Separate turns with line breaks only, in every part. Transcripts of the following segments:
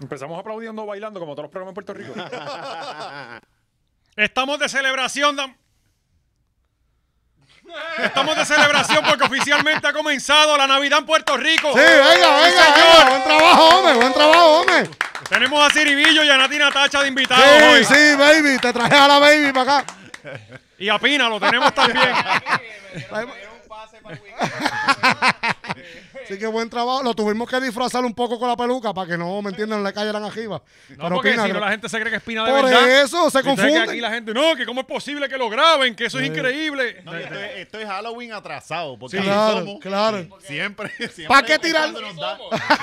Empezamos aplaudiendo, bailando, como todos los programas en Puerto Rico.
Estamos de celebración. dam- Estamos de celebración porque oficialmente ha comenzado la Navidad en Puerto Rico.
Sí, venga,
Sí,
venga,
señor.
venga. Buen trabajo, hombre. Buen trabajo, hombre.
Tenemos a Ciribillo y a Natina Tacha de invitados hoy.
Sí, sí, baby. Te traje a la baby para acá.
Y a Pina lo tenemos también.
Así que buen trabajo. Lo tuvimos que disfrazar un poco con la peluca para que no, ¿me entiendan, le cayeran arriba.
No, porque si no la gente se cree que es Pina de
Por
verdad.
eso, se
Entonces, que
confunden.
aquí la gente, no, que cómo es posible que lo graben, que eso es increíble.
No, y esto, es, esto es Halloween atrasado,
Sí,
porque así
claro,
somos.
claro.
Sí, Siempre, siempre.
¿Pa' qué tirar?
Cuando nos da,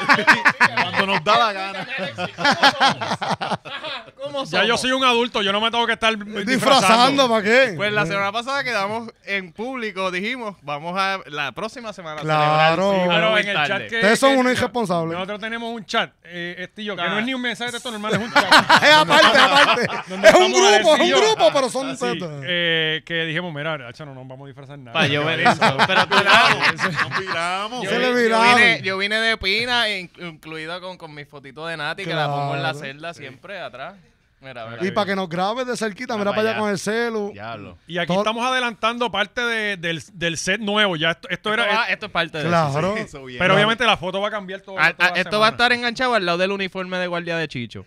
cuando nos da la gana.
¿Cómo
ya yo soy un adulto, yo no me tengo que estar
disfrazando,
disfrazando.
¿para qué?
Pues la semana pasada quedamos en público, dijimos, vamos a la próxima semana. a
Claro.
celebrar, sí,
Claro,
Halloween
en el
tarde.
chat que-
Ustedes son
que-
unos irresponsables.
Nosotros tenemos un chat, eh, este y yo, que
Ah.
no es ni un mensaje de texto normal, es un chat.
Es aparte, aparte.
¿Dónde
Es un
estamos,
grupo, es
Alexis y yo?
un grupo, pero son.
Sí, eh, que dijimos, mira, hacha, no nos vamos a disfrazar nada.
Para Ah, yo ver eso. Pero tú
Nos viramos.
Se
Yo,
le
yo
viraron.
vine, yo vine de Pina, in- incluido con, con mi fotito de Nati, que la pongo en la
Claro.
celda siempre atrás. Mira, mira.
Y para que nos grabes de cerquita,
Ah,
mira para allá
vaya.
con el celu.
Diablo.
Y aquí
Todo-
estamos adelantando parte de- del, del set nuevo. Ya esto, esto
Esto,
era. eh,
va- eh, esto es parte de eso.
Claro.
Eso bien.
pero obviamente la foto va a cambiar todo.
A- a-
toda la
ah, esto va a
semana.
estar enganchado al lado del uniforme de guardia de Chicho.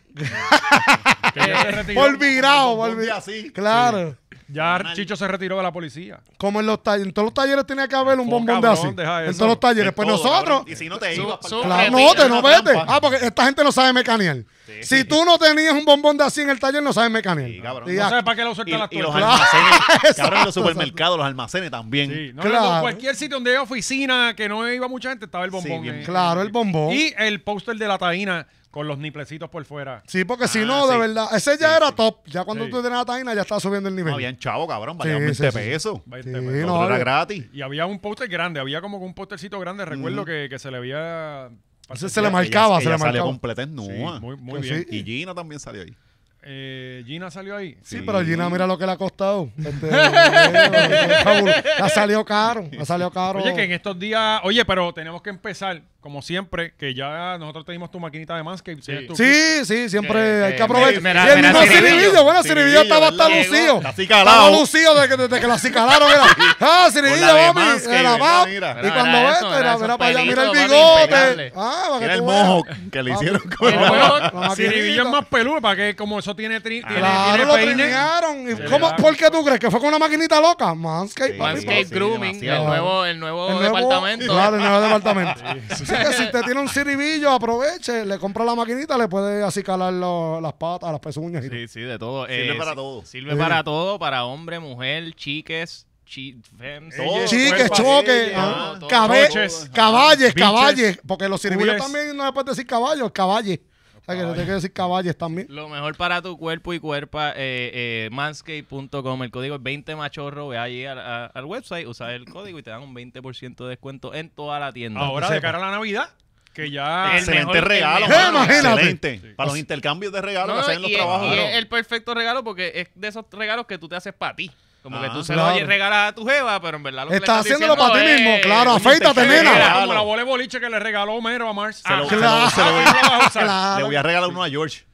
Que
eh,
ya se retiró.
Por virado, por
Un día
virado.
así.
Claro.
Ya Chicho se retiró de la policía.
Como en los talleres. En todos los talleres tenía que haber un
Oh,
bombón de
cabrón,
así.
deja
En
eso.
todos los talleres.
Es
Pues
todo,
nosotros.
cabrón. Y si no te
Su-
ibas pa'l
su-
carajo.
Claro,
Repito,
no, te
es
no
una
vete.
trampa.
Ah, porque esta gente no sabe mecanear. si tú no tenías un bombón de así en el taller, no sabes mecanear.
Sí, cabrón.
Y
No
ya.
No sabes para qué la
Y,
usaste las
y los
tuercas.
almacenes, cabrón, los supermercados, los almacenes también.
Sí, no,
Claro.
no, cualquier sitio donde había oficina que no iba mucha gente estaba el bombón.
bien
eh.
claro, el bombón.
Y el póster de la taína con los niplecitos por fuera.
sí, porque si
Ah,
no, de
sí.
verdad. Ese ya era top. Ya cuando
Sí.
tú tenías la taina, ya estaba subiendo el nivel.
No, habían chavo, cabrón, valían
Sí, sí,
20
sí, sí.
pesos.
Sí,
20 pesos.
no,
Otro era
había-
gratis.
Y había un póster grande, había como que un póstercito grande, recuerdo que, que se le había...
Ese se le
Ella-
marcaba,
ella-
se le
ella salió
marcaba.
completa en
Sí,
nua.
muy, muy
Sí.
bien.
Y Gina también salió ahí.
Eh, Gina salió ahí.
Sí,
Sí.
pero Gina, mira lo que le ha costado. Este, ha salido caro. Ha salido caro.
Oye, que en estos días, oye, pero tenemos que empezar, como siempre, que ya nosotros tenemos tu maquinita de Manscaped. tienes tu kit.
Sí, sí, siempre
Eh,
hay que
eh,
aprovechar.
mira,
y el
mira,
mismo
Ciribillo.
Ciribillo, bueno,
Ciribillo,
Ciribillo estaba hasta
¿verdad?
lucido.
Está acicalado.
Estaba lucido desde que, desde que lo acicalaron. Era, ah, Ciribillo,
Con la de
mami,
Manscaped,
era
¿verdad?
va.
Mira.
Y
Mira,
cuando
mira
ves,
eso,
era,
mira
mira,
esos
para allá, mira el
pelitos, papi,
bigote.
impecable.
Ah, para que
Era el
tú veas.
mojo que le hicieron con
Ah, el mojo.
La maquinita.
Ciribilla es más peludo, para que como eso tiene, tri- tiene,
Claro,
tiene
lo
peine.
premiaron. ¿Y
Sí,
cómo,
claro.
¿Por qué tú crees que fue con una maquinita loca? Manscape,
Sí,
papi.
Manscaped.
Landscape
sí,
Grooming,
demasiado.
el nuevo, el nuevo
El nuevo-
departamento.
Claro, el nuevo departamento. Así que si usted tiene un ciribillo, aproveche, le compra la maquinita, le puede acicalar lo- las patas, las pezuñas. y todo.
Sí, sí, de todo.
Sirve para
si-
todo.
Sirve
Sí.
para todo, para hombre, mujer, chiques, chi, femmes,
Todo.
todo.
Chiques,
Cuerpo,
choques,
sí,
ah,
todo,
cabe-
choches,
caballes,
biches,
caballes. Porque los ciribillos
cuyes.
también no le puedes decir caballos, caballes. O sea, que le tienes que decir caballes también.
Lo mejor para tu cuerpo y cuerpa, eh, eh, manscape.com. El código es 20machorro. Ve allí al, a- al website, usas el código y te dan un 20% de descuento en toda la tienda.
Ahora,
Sepa.
de cara a la Navidad, que ya...
El
Excelente
mejor-
regalo.
el
mejor.
mano,
Eh, Imagínate.
Excelente. Para los intercambios de regalos
No,
que
no,
hacen en los
y es-
trabajos.
y es el perfecto regalo porque es de esos regalos que tú te haces para ti. Como que
Ah,
tú se
claro.
lo oyes, regalas a tu jeva, pero en verdad lo que le
Estás
estás
haciéndolo
diciendo
para ti
es-
mismo, claro.
Oye,
Afeítate,
te-
nena.
Era
regalo.
como la bola de boliche que le regaló Homero a Mars.
Se lo-
Ah,
se lo- se lo-
ah, no la vas a usar.
Claro.
Le voy a regalar uno a George.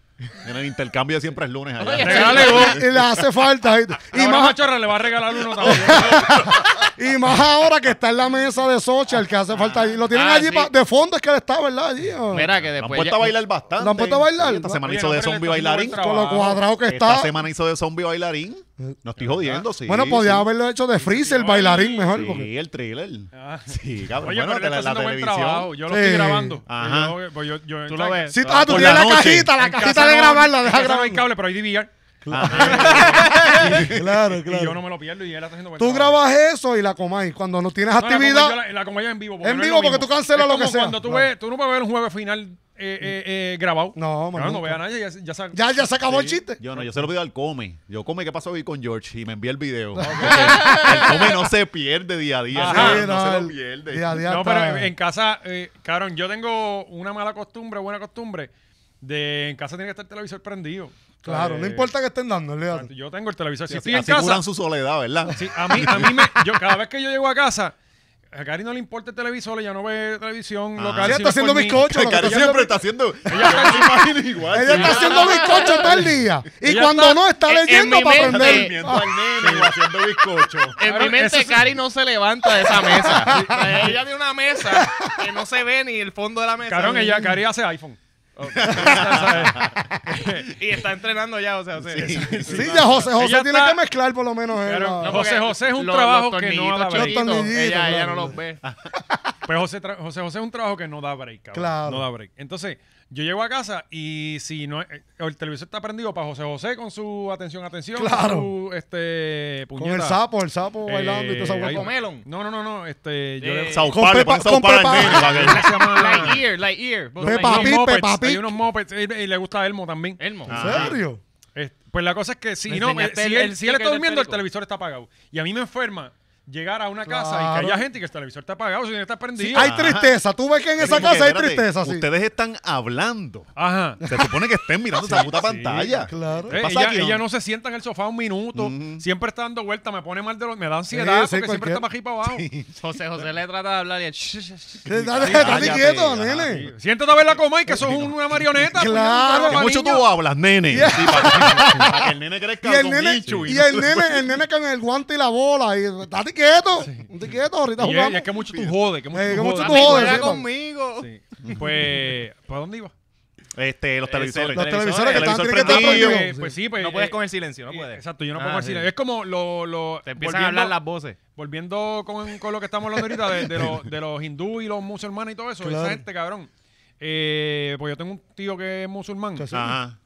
En el intercambio de siempre es lunes. allá.
Oye,
Regale vos.
Y le hace falta. ¿viste? Y,
Y más
más, Oh,
machorra le va a regalar uno también.
y más ahora que está en la mesa de Socha, el que hace falta allí. Lo tienen
Ah,
allí
sí.
pa- de fondo, es que él está, ¿verdad? Allí. ah.
Mira que
Lo han
después.
puesto
ya-
a bailar bastante.
¿Lo han puesto a bailar?
Esta semana
Oye,
hizo
no,
de
pero le
zombie
está haciendo
bailarín.
buen
Con lo cuadrado que
Esta
está.
semana hizo de zombie bailarín. No estoy jodiendo, sí.
Bueno, podía
sí.
haberlo hecho de freezer, bailarín mejor. porque-
Sí, el thriller.
Ah.
Sí, cabrón.
Oye,
bueno,
pero él
la-
está
la,
haciendo buen
televisión.
trabajo. Yo lo
Sí.
estoy grabando.
Ajá.
Y yo- pues yo- yo-
Tú lo ves.
Sí, ah, tú
Por
tienes la,
la noche.
cajita, la
en
cajita
casa
de
no-
grabarla,
en
deja
casa no hay
grabarla.
cable, pero hay DVR.
Claro,
Y yo
claro.
no me lo pierdo y él está haciendo buen
Tú
trabajo.
grabas eso y la comáis. Cuando no tienes
No, la
actividad,
comedia- la- La comedia en vivo.
En
no es
vivo,
lo
porque
mismo.
tú cancelas
Es
lo que
como
sea.
cuando tú
Claro.
ves, tú no puedes ver un jueves final eh, eh, eh, grabado.
No, man,
Claro, no
nunca.
vea a nadie, ya, ya sabes.
ya, ya se acabó el chiste.
Yo no, yo se lo pido al Come. Yo, Come, ¿qué pasó hoy con George? Y me envía el video. Porque el Come no se pierde día a día.
Ajá.
cabrón,
Sí,
no, se
Ah, el-
lo pierde.
día a día
No,
está-
pero en casa, eh, cabrón, yo tengo una mala costumbre, buena costumbre, de en casa tiene que estar el televisor prendido.
Claro,
Eh,
no importa que estén dando, olvídate.
Yo tengo el televisor. Si
Así-
estoy en
así curan
casa,
su soledad, ¿verdad?
Sí, a mí, a mí me, yo cada vez que yo llego a casa, a Cari no le importa el televisor, ella no ve televisión
Ah.
local.
Sí,
está
sino
haciendo
por mí.
bizcocho.
Cari
Ella
siempre
no-
está haciendo.
Ella-
Ella está haciendo bizcocho todo el día. Y
Ella
cuando
está
no, está
en- en
leyendo
mi
para
mente.
aprender.
al nene o haciendo bizcocho.
En
Claro,
mi mente,
eso es-
Cari no se levanta de esa mesa. O sea, ella tiene una mesa que no se ve ni el fondo de la mesa.
Cabrón, ella, Cari hace iPhone.
Y está entrenando ya, o sea. o sea,
Sí, ya José José
Ella
tiene
está-
que mezclar por lo menos. en
Claro,
la-
no, pues,
porque
José José es un
los-
trabajo
los
que no
tornillitos
da break.
chiquitos,
Los tornillitos,
Ella, ella
claro.
no los ve.
Pues José, tra- José José es un trabajo que no da break, cabrón.
Claro.
No da break. Entonces, yo llego a casa y si no eh, el televisor está prendido para José José con su atención, atención,
Claro.
con su este
Con
puñeta. Eh,
el sapo, el sapo bailando y todo
ahí-
eso.
Melon.
No, no, no, no, este yo
Eh,
le-
South
Con
Park, le
Pepa-
ponen
con
South Park al
Pepa-
nene. para que-
¿Cómo se llama?
Light ear, light ear.
Hay
Peppa
unos
Pig,
mopeds,
Peppa Pig.
Hay unos mopeds y, y le gusta a Elmo también.
Elmo.
Ah.
¿En serio?
Este, pues la cosa es que si
Le
no,
enseñaste
si
el-
él,
el
si él
sticker
está
del
durmiendo, el
perico.
televisor está apagado. Y a mí me enferma llegar a una casa y
Claro.
que haya gente y que el televisor está apagado, si no está prendido.
Hay tristeza. Tú ves que en
Es
esa
como
casa
que,
hay
espérate,
tristeza, sí.
Ustedes están hablando.
Ajá.
Se supone que estén mirando esa puta pantalla.
Claro.
Eh,
pasa
ella,
aquí, no?
ella no se sienta en el sofá un minuto,
Ujú.
siempre está dando vueltas, me pone mal de los, me da ansiedad
Sí, sí,
porque siempre
cualquier-
está para aquí y para abajo.
José José le trata de hablar y él.
Dale,
Cállate,
dale quieto,
ajá,
nene.
Sí. Siéntate a ver la coma y que sos un- una marioneta.
Claro.
puñetero,
Que
pa'
mucho
niño.
tú hablas, nene.
Yeah.
Sí, para, que, para que el nene crezca
Y el
con
nene,
bicho
y
no
el
se-
nene, el nene con el guante y la bola. Y, date quieto. Date quieto, ahorita
Y es,
jugamos.
y es que mucho tú jode, que mucho
Eh,
tú
que mucho
jode.
tú jode.
Juega
sí, papá.
conmigo.
Sí. Pues, ¿para dónde iba?
Este, los televisores.
Los televisores que
televisor
están tienen que estar
prendido.
prendidos.
Eh, pues sí, pues,
No puedes
eh,
con el silencio, no puedes.
Exacto, yo no
Ah,
puedo decir.
sí.
Es como lo, lo
Te empiezan a hablar las voces.
volviendo con, con lo que estamos hablando ahorita de, de los, de los hindú y los musulmanes y todo eso,
Claro.
esa gente, cabrón. Eh, pues yo tengo un tío que es musulmán.
Que sí.
Ajá.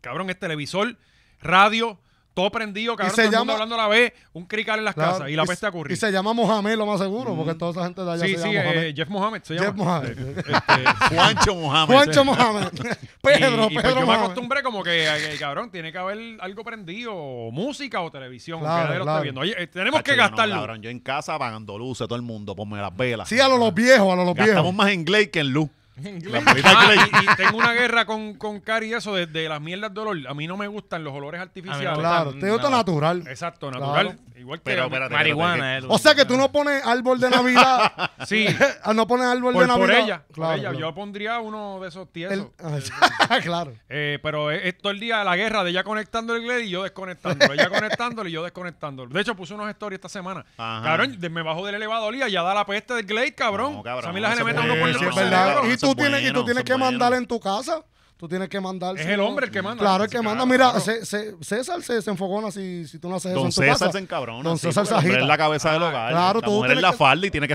Cabrón, es televisor, radio, todo prendido, cabrón,
se
todo el mundo
llama-
hablando a la vez, un crical en las
Claro.
casas y la peste a
Y
curry.
se llama Mohamed, lo más seguro, porque toda esa gente de allá
Sí,
se
sí,
llama
eh,
Mohamed.
Jeff Mohammed se llama. Este,
Jeff Mohamed.
Juancho Mohamed.
Juancho Mohamed. Pedro,
y, y pues
Pedro
yo me
Mohamed.
acostumbré como que, ay, ay, cabrón, tiene que haber algo prendido, o música o televisión,
Claro,
que nadie lo está
claro.
viendo. Oye, eh, tenemos
Cacho,
que
yo no,
gastarlo.
cabrón, yo en casa apagando luces, todo el mundo, ponme las velas.
Sí, a los, los viejos, a los, los
Gastamos
viejos.
más en Glade que en luz. Las velitas
Ah,
Glade.
y, y tengo una guerra con, con Cari y eso de, de las mierdas de olor. A mí no me gustan los olores artificiales.
Claro, te gusta
No.
natural.
Exacto, natural. Igual que
Pero,
a mí.
espérate,
Marihuana, él.
O sea que tú no pones árbol de Navidad.
Sí,
Ah, no pones árbol de
por,
Navidad.
por ella. por
Claro,
ella.
claro.
Yo pondría uno de esos tiesos.
El- ah, claro.
Eh, pero es, es todo el día la guerra de ella conectando el Glade y yo desconectándolo. Ella conectándolo y yo desconectándolo. De hecho, puse unos stories esta semana.
Ajá.
Cabrón, de- me bajo del elevador y ya da la peste del Glade, cabrón.
No, cabrón,
O sea, a mí las
eso es
elementos
bueno,
uno por
Eh, Sí,
eso
el
es
bueno,
verdad.
cabrón,
y
eso
tú
es
tienes, y
bueno,
tú tienes
eso es
que
bueno.
mandar en tu casa. Tú tienes que mandar.
Es
sí,
el
¿no?
hombre el que manda.
Claro, el que
Sí,
manda.
claro,
Mira,
claro.
Cé- Cé- César se, se enfogona si, si tú no haces Eh, eso
Don
en tu
César
casa.
se encabrona.
Don
sí,
César
porque
se
el hombre
agita. Ah,
Es la cabeza del hogar.
claro,
la
tú
mujer es
tienes
la
que-
falda y tiene que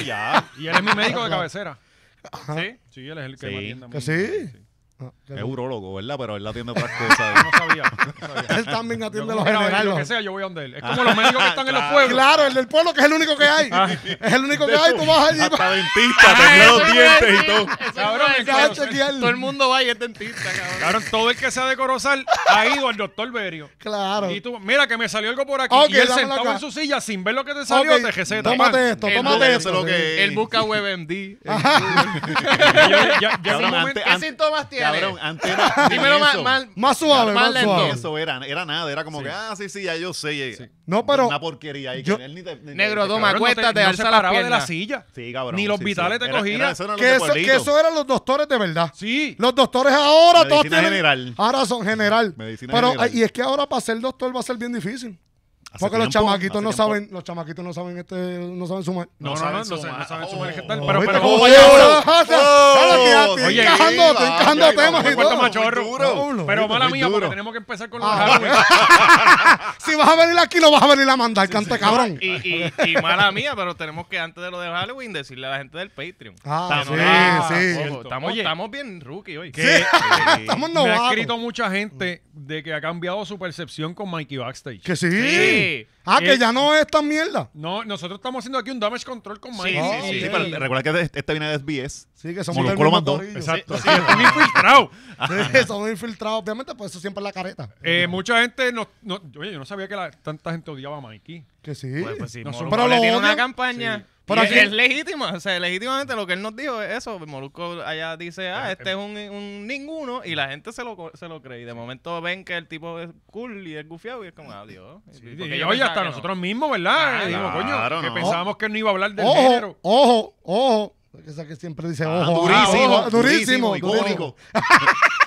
ya.
Y él es mi médico de cabecera. ¿Sí? Sí, él es el que
Sí.
me atiende a mí.
Que sí. Ah, que
es
no.
urólogo, ¿verdad? Pero él atiende otras cosas.
No sabía. No sabía.
Él también
Yo
atiende
como
los
quiera, Lo que
generales. Ah,
sea, yo voy a donde él. Es como los médicos que están en los
Claro.
pueblos.
Claro, el del pueblo, que es el único que hay. Es el único que hay. Tú vas allí.
Hasta
Ah,
Ah,
dentista, tenía los dientes y todo.
Cabrón, me
Cada
cabrón.
chequear.
Todo el mundo va y es dentista, cabrón.
Cabrón, todo el que sea de Corozal ha ido al doctor Berio.
Claro.
Y tú, mira que me salió algo por aquí.
Ok,
y él
dámelo
sentado
acá.
en su silla sin ver lo que te salió,
Ok,
te receta. pan.
Tómate esto,
El
tómate
Google,
esto.
lo que-
sí.
Él busca WebMD.
Ya- ya- ya llega un
Cabrón,
momento-
antes-
¿Qué síntomas tienes?
Cabrón, antes era. ni
Dímelo más,
eso.
más,
Más suave,
Más
más,
lento.
suave.
Eso era, era nada, era como que, ah, sí, sí, ya yo sé.
No, pero-
Una porquería. Y
yo-
que él ni te- ni-
Negro,
ni te-
toma.
cabrón, no te-
acuéstate,
no se
alza las
paraba de la
piernas.
silla.
Sí, cabrón.
Ni los
sí,
vitales
sí.
te
Era-
cogían.
era- eso era lo
Que
de
eso, que
pueblito.
eso eran los doctores de verdad.
Sí.
Los doctores ahora
Medicina
todos tienen.
general.
Ahora son general.
Medicina
pero,
general.
ay, Y es que ahora para ser doctor va a ser bien difícil.
Hace
Porque los
tiempo,
chamaquitos
hace
no
tiempo.
saben, los chamaquitos no saben este, no saben sumar.
No, no, no, no, no, saben- no saben sumar el
gestal.
gestal, pero-
¿Viste
pero-
cómo
¡Oh!
vaya ahora?
¡Oh!
Estoy
Oye,
encajando, estoy encajando
Oye,
temas y
Puerto
todo.
Machorro.
muy duro.
Pablo,
Pero
muy
mala mía,
duro.
porque tenemos que empezar con los
Ah,
Halloween.
Si vas a venir aquí, lo vas a venir a mandar, cante cabrón.
Y, y, y mala mía, pero tenemos que antes de lo de Halloween decirle a la gente del Patreon.
Ah,
Que no-
Ah,
sí, sí.
Ojo, estamos,
Oye.
estamos bien rookie hoy.
Que
Eh,
Estamos
me ha
novatos.
escrito mucha gente de que ha cambiado su percepción con Mikey Backstage.
Que sí.
Sí.
Ah, que
Eh,
ya no es tan mierda.
No, nosotros estamos haciendo aquí un damage control con Mikey.
Sí,
Ah,
sí,
Sí,
sí.
ok.
pero recuerda que este- este viene de SBS.
Sí, que somos
Como
del
lo
mismo
mandó.
corillo.
Exacto. Sí, es un infiltrado.
Sí, somos infiltrados, obviamente, por eso siempre es la careta.
Eh, mucha gente no, no- oye, yo no sabía que la- tanta gente odiaba a Mikey.
Que sí.
Pues, pues sí,
No,
Moro
pero
Moro
lo
tiene una
odian.
campaña.
Pero
Y
aquí-
es legítima, o sea, legítimamente lo que él nos dijo es eso. Molusco allá dice, ah, este
em
es un, un ninguno, y la gente se lo, co- se lo cree. Y de momento ven que el tipo es cool y es gufiado y es como, adiós.
Y- y- oye, hasta nosotros mismos, ¿verdad?
Claro.
Y dijimos, coño,
Claro,
que
no.
pensábamos que él no iba a hablar del
Ojo,
género.
ojo, ojo. Esa que siempre dice
Ah,
ojo. ah,
durísimo,
ojo,
durísimo,
durísimo,
icónico.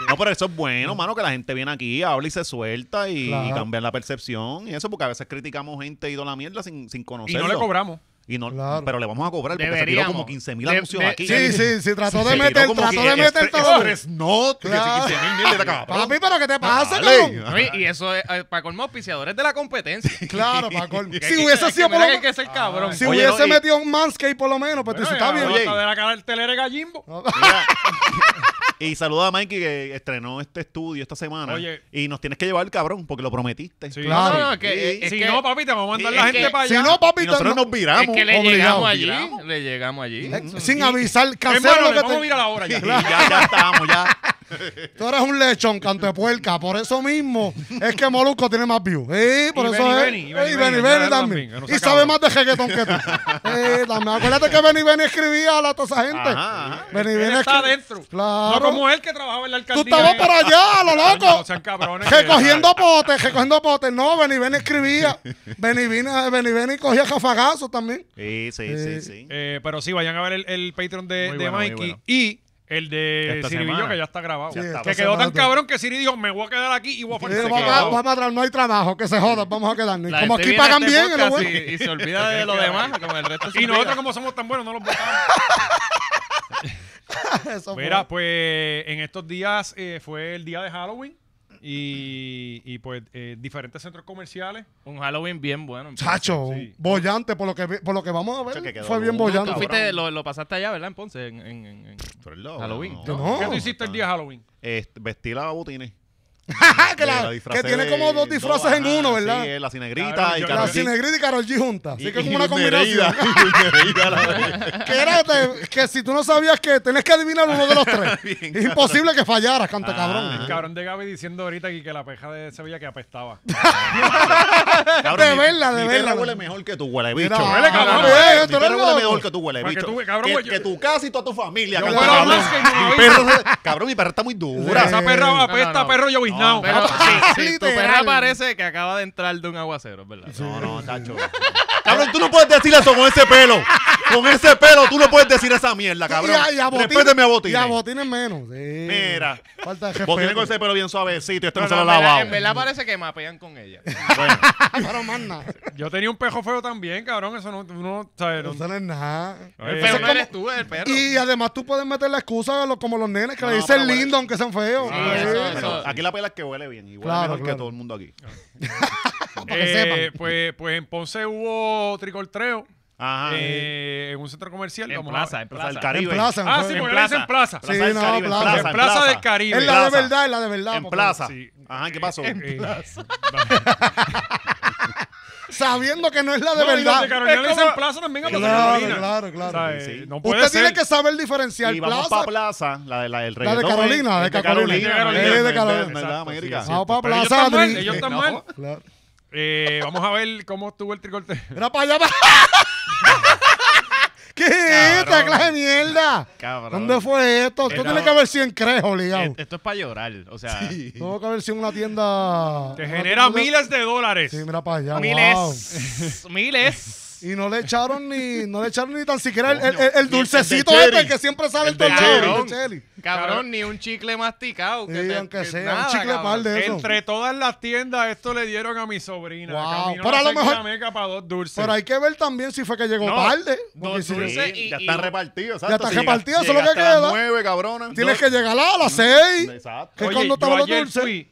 no, pero eso es bueno, mano, que la gente viene aquí, habla y se suelta y,
Claro.
y cambian la percepción. Y eso porque a veces criticamos gente y la mierda sin, sin
Y
conocerlo.
no le cobramos.
Y no-
Claro.
Pero le vamos a cobrar porque se tiró
Deberíamos.
como 15 mil
De-
anuncios
de-
aquí.
Sí, sí, sí, trató de
Se tiró
meter,
como
trató
que
de meter
estre-
todo.
Tres not, que
Claro.
15 mil mierda, cabrón.
Papi, pero ¿qué te pasa,
Dale.
cabrón?
y eso es, eh, para colmo, auspiciadores de la competencia.
Claro, para colmo.
Que-
Si
que-
hubiese
que-
sido
que
por
mira
lo
que hay
menos-
que ser cabrón.
Si
Oye,
hubiese
no, y-
metido un Manscape por lo menos, pues te dice, está bien.
oye.
Hasta de la cara del telere gallimbo.
Mira, y saluda a Mikey que estrenó este estudio esta semana.
Oye.
Y nos tienes que llevar, cabrón, porque lo prometiste.
Sí.
Claro.
No, no, es que-
Sí.
es
si
que-
no, papi, te vamos a mandar
y-
la
es
gente
que-
para
Si
allá.
no,
Y
papi, te-
nosotros nos viramos.
Es que le
obligado.
llegamos allí.
Obligado.
Le llegamos allí.
eh, sin avisar,
Es
cancela
malo,
lo
le
que
vamos a
te...
ir a la hora ya.
Y ya, ya estamos, ya.
Tú eres un lechón, canto de puerca. Por eso mismo es que Molusco tiene más views. Sí, por
Y
eso
Benny
es.
Benny,
Sí,
y
Benny,
Benny
Benny,
Benny, claro,
también.
también, que no se
Y
acaba.
sabe más de reggaetón que tú. Sí, también. Acuérdate que Benny Benny escribía a la, toda esa gente.
Ajá, ajá.
Benny
Él está
Benny escribía-
adentro. No
Claro.
como él que trabajaba en la alcaldía.
Tú estabas
Eh,
para allá, a lo
coño,
loco.
No sean cabrones. que-
Recogiendo potes, recogiendo potes. No, Benny Benny escribía. Benny Benny, Benny, Benny cogía jafagazos también.
Sí, sí,
Eh,
sí, sí.
Eh, pero sí, vayan a ver el, el Patreon de,
Muy
de
bueno, muy
Mikey
bueno.
y el de
Esta
Ciribillo
semana.
que ya está grabado.
Sí, esta
que quedó
semana
tan
tú-
cabrón que Siri dijo, me voy a quedar aquí y voy a
Sí,
pues,
forzar.
vamos,
Se
a,
quedó.
vamos a traer, no hay trabajo, que se jodan, vamos a quedarnos.
La
Ah, Como
gente
aquí
viene a
pagan
este
bien, es lo
podcast
bueno.
y, y se olvida de lo demás, como el resto se
Y nosotros,
olvida.
como somos tan buenos, no los votamos.
Eso fue.
Mira, pues en estos días eh, fue el día de Halloween y, y, pues eh, diferentes centros comerciales.
Un Halloween bien bueno.
Chacho,
Sí.
bollante por lo que vi- por lo que vamos a
Chacho, que
ver.
quedó
Fue bien
duro,
Tú
bollante.
cabrón.
fuiste, lo, lo pasaste allá, ¿verdad? En Ponce. En, en- en- en-
Pero es loco,
Halloween.
no,
Yo
no,
no.
¿Qué
no,
tú hiciste el día de Halloween?
Eh, vestir la botines.
Ah, que, la-
La disfracé
que tiene
de-
como dos disfraces en
ajá,
uno,
Sí,
¿verdad?
eh, la cinegrita
Cabrón,
y
yo-
Karol
la
G.
Cinegrita y Carol G juntas. Así
Y-
que es
y
como una combinación.
Nereida. Y Nereida, la-
que, era de- que si tú no sabías que tenés que adivinar uno de los tres.
Bien,
es imposible que fallaras, canta
Ah.
El
cabrón.
cabrón de Gaby diciendo ahorita aquí que la peja de Sevilla que apestaba.
Cabrón,
De
mi-
verla, de
mi
verla.
perra huele mejor que tú, huele bicho.
Mira,
huele, cabrón,
Mi
eh, tú
perra
eres
huele
loco.
mejor que tú, huele
Porque
bicho.
tú, cabrón,
que,
yo-
que tu casa y toda tu familia.
Yo
canta,
huelo
cabrón.
más que mi
Mi perra- Cabrón, mi perra está muy
Mira,
dura.
esa perra apesta
no, no.
a perro lloviznado.
Pero
Ah,
sí, sí, tu
literal.
perra parece que acaba de entrar de un aguacero, ¿verdad?
No, no, tacho. Cabrón, tú no puedes decir eso con ese pelo. Con ese pelo tú no puedes decir esa mierda, Ah,
Y
cabrón.
a- y a botines-
Respéteme a
Y a
botines.
botines menos. sí.
Mira.
Falta de
Botines
respeto.
con ese pelo bien suavecito y esto no
No,
se
no,
lo ha
en, verdad,
lavado.
en verdad parece que mapean con ella.
Bueno.
Ah, Pero más nada.
Yo tenía un pejo feo también, cabrón. Eso no, uno, ¿sabes? No-
Eso no es nada.
Eh,
Pero
Eso
no
es
eres tú, es el perro.
E-,
Y además tú puedes meter la excusa a los- como los nenes que
No,
le
no,
dicen
pero huele-
lindo aunque sean feos.
Sí, eso-
Sí.
eso-
Pero aquí la pela es que huele bien. Y huele
Claro,
mejor
claro.
que todo el mundo aquí.
para que
Eh,
sepan.
Pues, pues en Ponce hubo tricoltreo
Ajá.
eh, en un centro comercial.
en
Vamos
plaza,
a-
en
Ah, Plaza del
plaza.
Caribe.
En plaza, en
Ah,
plaza.
sí,
En
porque le dicen plaza.
Plaza
Sí,
del
no,
Caribe,
plaza.
plaza,
En Plaza del
Es
Caribe.
la de
Plaza.
verdad, es la de verdad.
En
papá.
plaza.
Sí.
Ajá, ¿qué pasó?
Eh,
Sabiendo que no es la de
no, y los
verdad.
de Carolina le
Es como-
dicen plaza también a los de
Claro,
Carolina.
claro, claro.
¿Sabes?
Sí, sí.
No puede
Usted tiene
ser.
que saber diferenciar
Y vamos
plaza.
para Plaza, la, de- la del
La de
reggaetón.
Carolina, de Carolina.
Sí, de
Carolina.
de Carolina. ¿Verdad,
Exacto,
América?
sí,
Vamos para
Pero ellos
plaza.
están mal,
Adri.
ellos están
No.
mal.
Claro.
Eh, vamos a ver cómo estuvo el tricoltreo.
Mira para allá. pa- ¿Qué es esta clase de mierda?
Cabrón.
¿Dónde fue esto? Esto
Era-
tiene que haber sido en Crejo, ligado.
Et- E-, Esto es para llorar. O sea,
Tuvo que haber sido una tienda.
Te
una
genera
tienda-
miles de dólares.
Sí, mira para allá. wow.
miles. Miles.
Y no le echaron ni, no le echaron ni tan siquiera el, el-
Coño,
el dulcecito
el de
este
Cherry.
que siempre sale
El
en
de
todos lados, el
Cherry.
de Cherry.
Cabrón, ni un chicle masticado. que
Sí,
te-
aunque
que
sea, un
nada,
chicle
cabrón.
par de- eso.
Entre todas las tiendas, esto le dieron a mi sobrina.
Wow,
Caminó
pero a lo
cerca
mejor-
meca para dos dulces.
Pero hay que ver también si fue que llegó
No,
tarde. porque
dos
si-
Sí,
dulces. y-
ya
y-
están repartidos.
Ya
exacto.
están
Si llegas-
repartidos, eso es lo
llegaste
que
a las
queda.
nueve, cabrona.
Tienes
No.
que llegar a las seis.
Exacto.
Que
Oye,
cuando
yo
estaban los
ayer
dulces.
fui,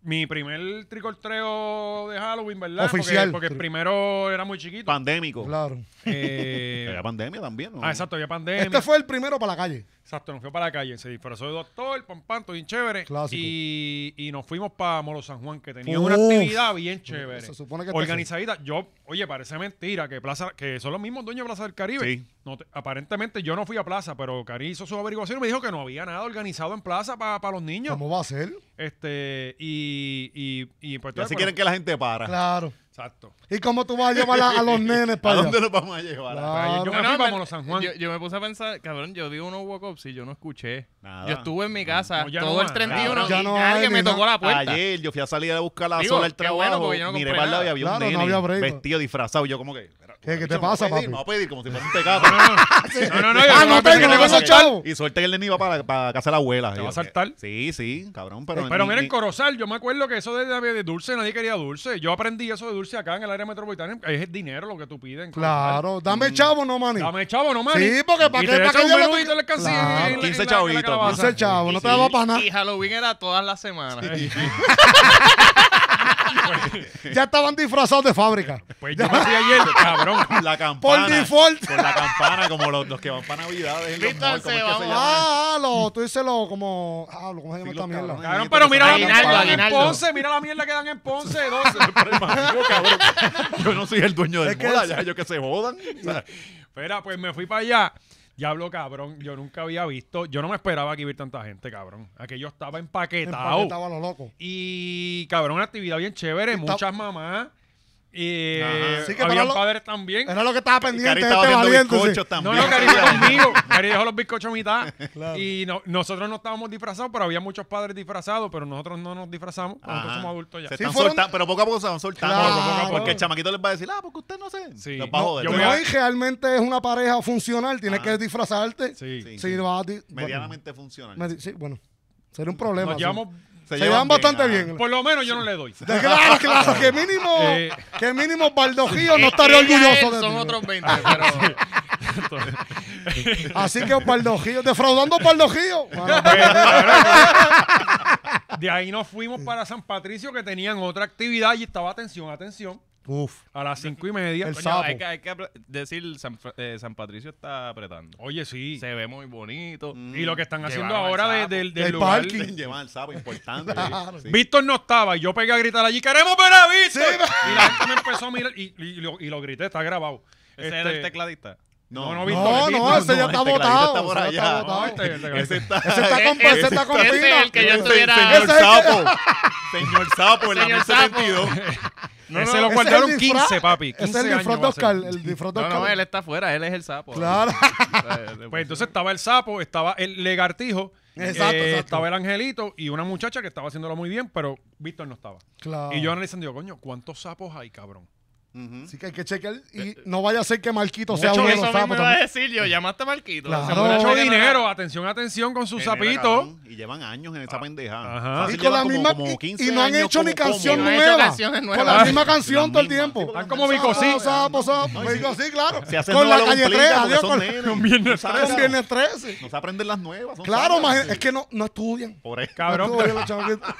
mi primer tricoltreo de Halloween, ¿verdad?
Oficial.
Porque, porque el primero era muy chiquito.
Pandémico.
Claro.
Eh,
Era pandemia también, ¿no?
ah, exacto, había pandemia.
Este fue el primero para la calle.
Exacto, nos fuimos para la calle. Se disfrazó de doctor, pampanto, bien chévere.
Clásico.
Y, y nos fuimos para Molo San Juan, que tenía
Uf.
una actividad bien chévere.
Se supone que te-
Organizadita. Yo, oye, parece mentira que Plaza, que son los mismos dueños de Plaza del Caribe.
Sí.
No te- aparentemente yo no fui a Plaza, pero Cari hizo su averiguación y me dijo que no había nada organizado en Plaza para los niños.
¿Cómo va a ser?
Este, y, y, y pues
Ya
estoy de acuerdo.
si quieren que la gente para.
Claro.
O sea, Exacto.
¿Y cómo tú vas a llevar a, a los nenes
¿A
para allá?
dónde los vamos a llevar?
Claro.
Yo me fui para
me-
Molo San Juan.
Yo, yo me puse a pensar, cabrón, yo vi unos walk-ups y yo no escuché.
Nada.
Yo estuve en mi casa
No, ya
todo
no
el
hay,
31
ya
y
no hay,
alguien
ni
me
nada.
tocó la puerta.
Ayer yo fui a salir a buscar la
Digo,
sola al
qué bueno,
trabajo.
porque yo no
miré
compré
para el lado y
nada.
había
Claro,
un
no
nene
había break.
vestido, disfrazado. Yo como que...
¿Qué- qué te
"Yo,
pasa,
voy a pedir,
papi?"
Me voy a pedir como si fuese un tecato.
No, no, no. yo
Ah,
lo
no
que
tengo,
quería
no
era
tengo
contar-
chavo.
Y suerte que el nene iba para, para casa de la abuela.
Te
Y
va a
yo,
saltar. Eh,
Sí, sí, cabrón. Pero,
Pero
ni-
mira, en
ni-
Corozal, yo me acuerdo que eso de, de- de dulce, nadie quería dulce. Yo aprendí eso de dulce acá en el área metropolitana. Es el dinero lo que tú pides. en Corozal.
Claro, dame chavo, no mani.
Mm. Dame chavo nomás.
Sí, porque ¿para
Y
qué-
te
para
echas
qué
un
lleva tu-
menudito en la alcancía,
Claro.
en la- en la-
15
en la- en la
chavitos,
calabaza.
Ese chavo, no te daba para nada.
Y Halloween era todas las semanas. Eh,
Ya estaban disfrazados de fábrica.
Pues yo me fui ayer, cabrón.
con la campana.
Por default.
Con la campana, como los, los que van para Navidades. en los
Vístanse,
malls, ¿cómo es que se
vamos.
llama?
Ah, ah, lo, tú dices lo como. Ah, lo, ¿cómo se llama
Sí,
esta
los
mierda?
cabrones.
Cabrón, pero mira la mierda
Aguinaldo,
que dan en
aguinaldo.
Ponce, mira la mierda que dan en Ponce, 12.
Pero imagino, cabrón, Yo no soy el dueño
Es
del
que
moda,
es-
ya ellos que se jodan. O sea,
Espera, pues me fui para allá. Diablo, cabrón, yo nunca había visto, yo no me esperaba que hubiera tanta gente, cabrón. Aquí yo estaba empaquetado.
Estaba lo loco.
Y, cabrón, una actividad bien chévere,
Está-
muchas mamás. Y eh,
Ajá.
Sí, que para
habían
lo-
padres también.
Era lo que estaba
Cari
pendiente
estaba
este
haciendo
valiente. sí.
bizcochos
No,
también. Ah.
no, Cari
ese
fue
día.
conmigo. Cari dejó los bizcochos a mitad.
Claro.
Y no- nosotros no estábamos disfrazados, pero había muchos padres disfrazados, pero nosotros no nos disfrazamos. porque Nosotros
Ajá.
somos adultos ya.
Ah. Se
Sí,
están
fueron-
soltando, pero poco a poco se van soltando.
Claro.
poco a poco, porque el chamaquito les va a decir, ah, porque usted no sé.
Sí.
Los va a
No,
joder.
yo
Pero
voy a-
hay-
No, y realmente es una pareja funcional, tienes
Ah.
que disfrazarte.
Sí.
Sí.
Sí, va a di- bueno,
medianamente funcional.
medi- sí, bueno, sería un problema.
Nos
sí.
llevamos,
se llevan bastante
ajá.
bien.
por lo menos yo no le doy.
De- Claro, claro, que mínimo,
Eh.
que mínimo Baldojío no
Eh,
estaría
ella,
orgulloso
él,
de
Son
ti.
otros 20, pero...
Así que Baldojío, defraudando Baldojío. Bueno,
De ahí nos fuimos para San Patricio, que tenían otra actividad y estaba atención, atención,
uf,
a las cinco y media.
El
Coño,
sapo.
hay, que, hay que apl- decir, San, Fra- eh, San Patricio está apretando.
Oye, sí. Mm.
Se ve muy bonito.
Y lo que están haciendo
Llevaron
ahora
al
de-
sapo.
del, del
Del
lugar.
parking.
de-
Llevan el sapo, importante.
Claro.
sí.
Víctor no estaba y yo pegué a gritar allí, queremos ver a Víctor. y la gente me empezó a mirar y, y lo, y lo grité, está grabado.
Ese
Este-
era el tecladista.
No, no, Víctor,
No,
Víctor,
no, ese ya
no,
está
el tecladista
votado.
está por
ese ya está
allá.
No,
botado.
este- este-
Ese está.
Ese está con, ese está con
ese es
pina.
el que yo
Ese-
estuviera-
Señor
Ese es el que-
sapo. Señor sapo, en la
Señor
1072.
ese
Ese
lo
es el
guardaron
disfraz-
15, papi.
ese
15
Es el
años
disfraz de
va a ser.
Oscar. El disfraz de
No, no,
Oscar.
él está afuera, él es el sapo.
Claro.
Pues entonces estaba el sapo, estaba el legartijo,
Exacto,
eh,
exacto.
estaba el angelito y una muchacha que estaba haciéndolo muy bien, pero Víctor no estaba.
Claro.
Y yo analizando, digo, coño, ¿cuántos sapos hay, cabrón?
Ujú.
Así que hay que chequear y no vaya a ser que Marquito sea
Eso
uno de los
mismo
sapos
iba a
también.
decir yo, llamaste a Marquito.
Claro.
Se
No,
fue a
Mucho
chequear
dinero,
la-
atenero. atención, atención con su
Dinero,
sapito.
Cabrón, Y llevan años en esa pendeja.
Ajá.
Fácil
Y Ah, con la
llevan como-
misma
como
y-
15
y no han
años
hecho ni
como eh, combo.
canción
Y no han hecho
nueva.
canciones
Con la
nuevas.
misma canción
La
todo el
misma.
tiempo. Ah,
Están como
Sapo,
Bicosí.
Sapo, sapo. Bicosí, claro.
Se hacen
Con la
nuevas
calle
lombrigas
3,
porque
adiós.
son
Con
nenes.
con Viernes
Son
13.
con
sanas.
Viernes 13.
No se aprenden las nuevas. son
Claro,
sanas.
imagínate, es que no, no estudian.
Por eso.
Cabrón,
No estudian los chamaquitos.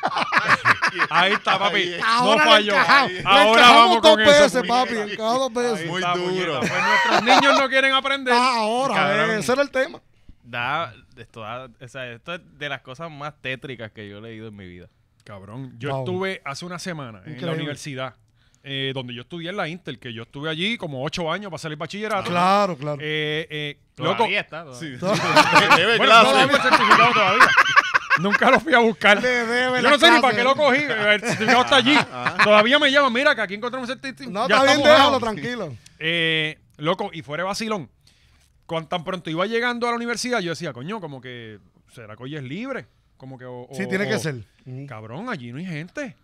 ahí está, papi.
Ahí,
no
Ahora le
falló.
encajamos. Le
Ahora vamos
encajamos dos
con eso.
veces,
puñeta.
papi. Le encajamos dos veces.
Muy
Está,
duro.
puñeta. Pues nuestros niños no quieren aprender.
Ah, ahora,
Cabrón.
eh, ese era el tema.
Da, esto, da- o sea, esto es de las cosas más tétricas que yo he leído en mi vida.
Cabrón, yo
Wow.
estuve hace una semana en la
Increíble.
universidad, eh, donde yo estudié en la Intel, que yo estuve allí como ocho años para salir bachillerato.
Claro, claro.
Eh, eh, loco,
Todavía está.
Sí,
todavía.
sí, sí. Debe
bueno,
clase.
no tengo el certificado todavía. Nunca lo fui a buscar.
Le debe
Yo
la
no sé ni
clase.
para qué lo cogí. El certificado está allí.
Ah,
Todavía me llaman. Mira, que aquí encontramos el certificado.
No,
Ya
está bien,
mojado.
déjalo tranquilo.
Eh, loco, y fuera de vacilón. Cuando tan pronto iba llegando a la universidad, yo decía, coño, como que será que hoy es libre. Como que. o-
Sí,
o-
tiene que
o-
ser.
Cabrón, allí no hay gente.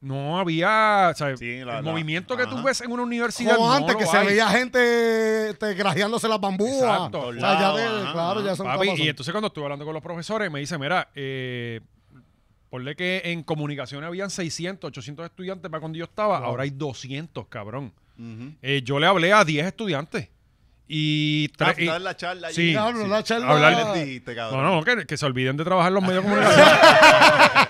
No había. o sea,
Sí,
el
la- la-
movimiento que tú
ajá.
ves en una universidad.
Como
no
antes,
lo
que se
hay.
veía gente este, grajeándose las bambúas.
Exacto.
O sea, ya de-
Ajá,
claro, ya son
Papi, y entonces cuando estuve hablando con los profesores, me dice, mira, eh, ponle que en comunicación habían 600, 800 estudiantes para cuando yo estaba, ahora hay 200, cabrón.
Ujú.
Eh, yo le hablé a 10 estudiantes y...
Ah,
tres- y-
estaba en la charla. allí.
Sí.
Diablo, la charla.
Hablar-
¿Qué les dijiste,
no,
cabrón?
no, que, que se olviden de trabajar en los medios de comunicación.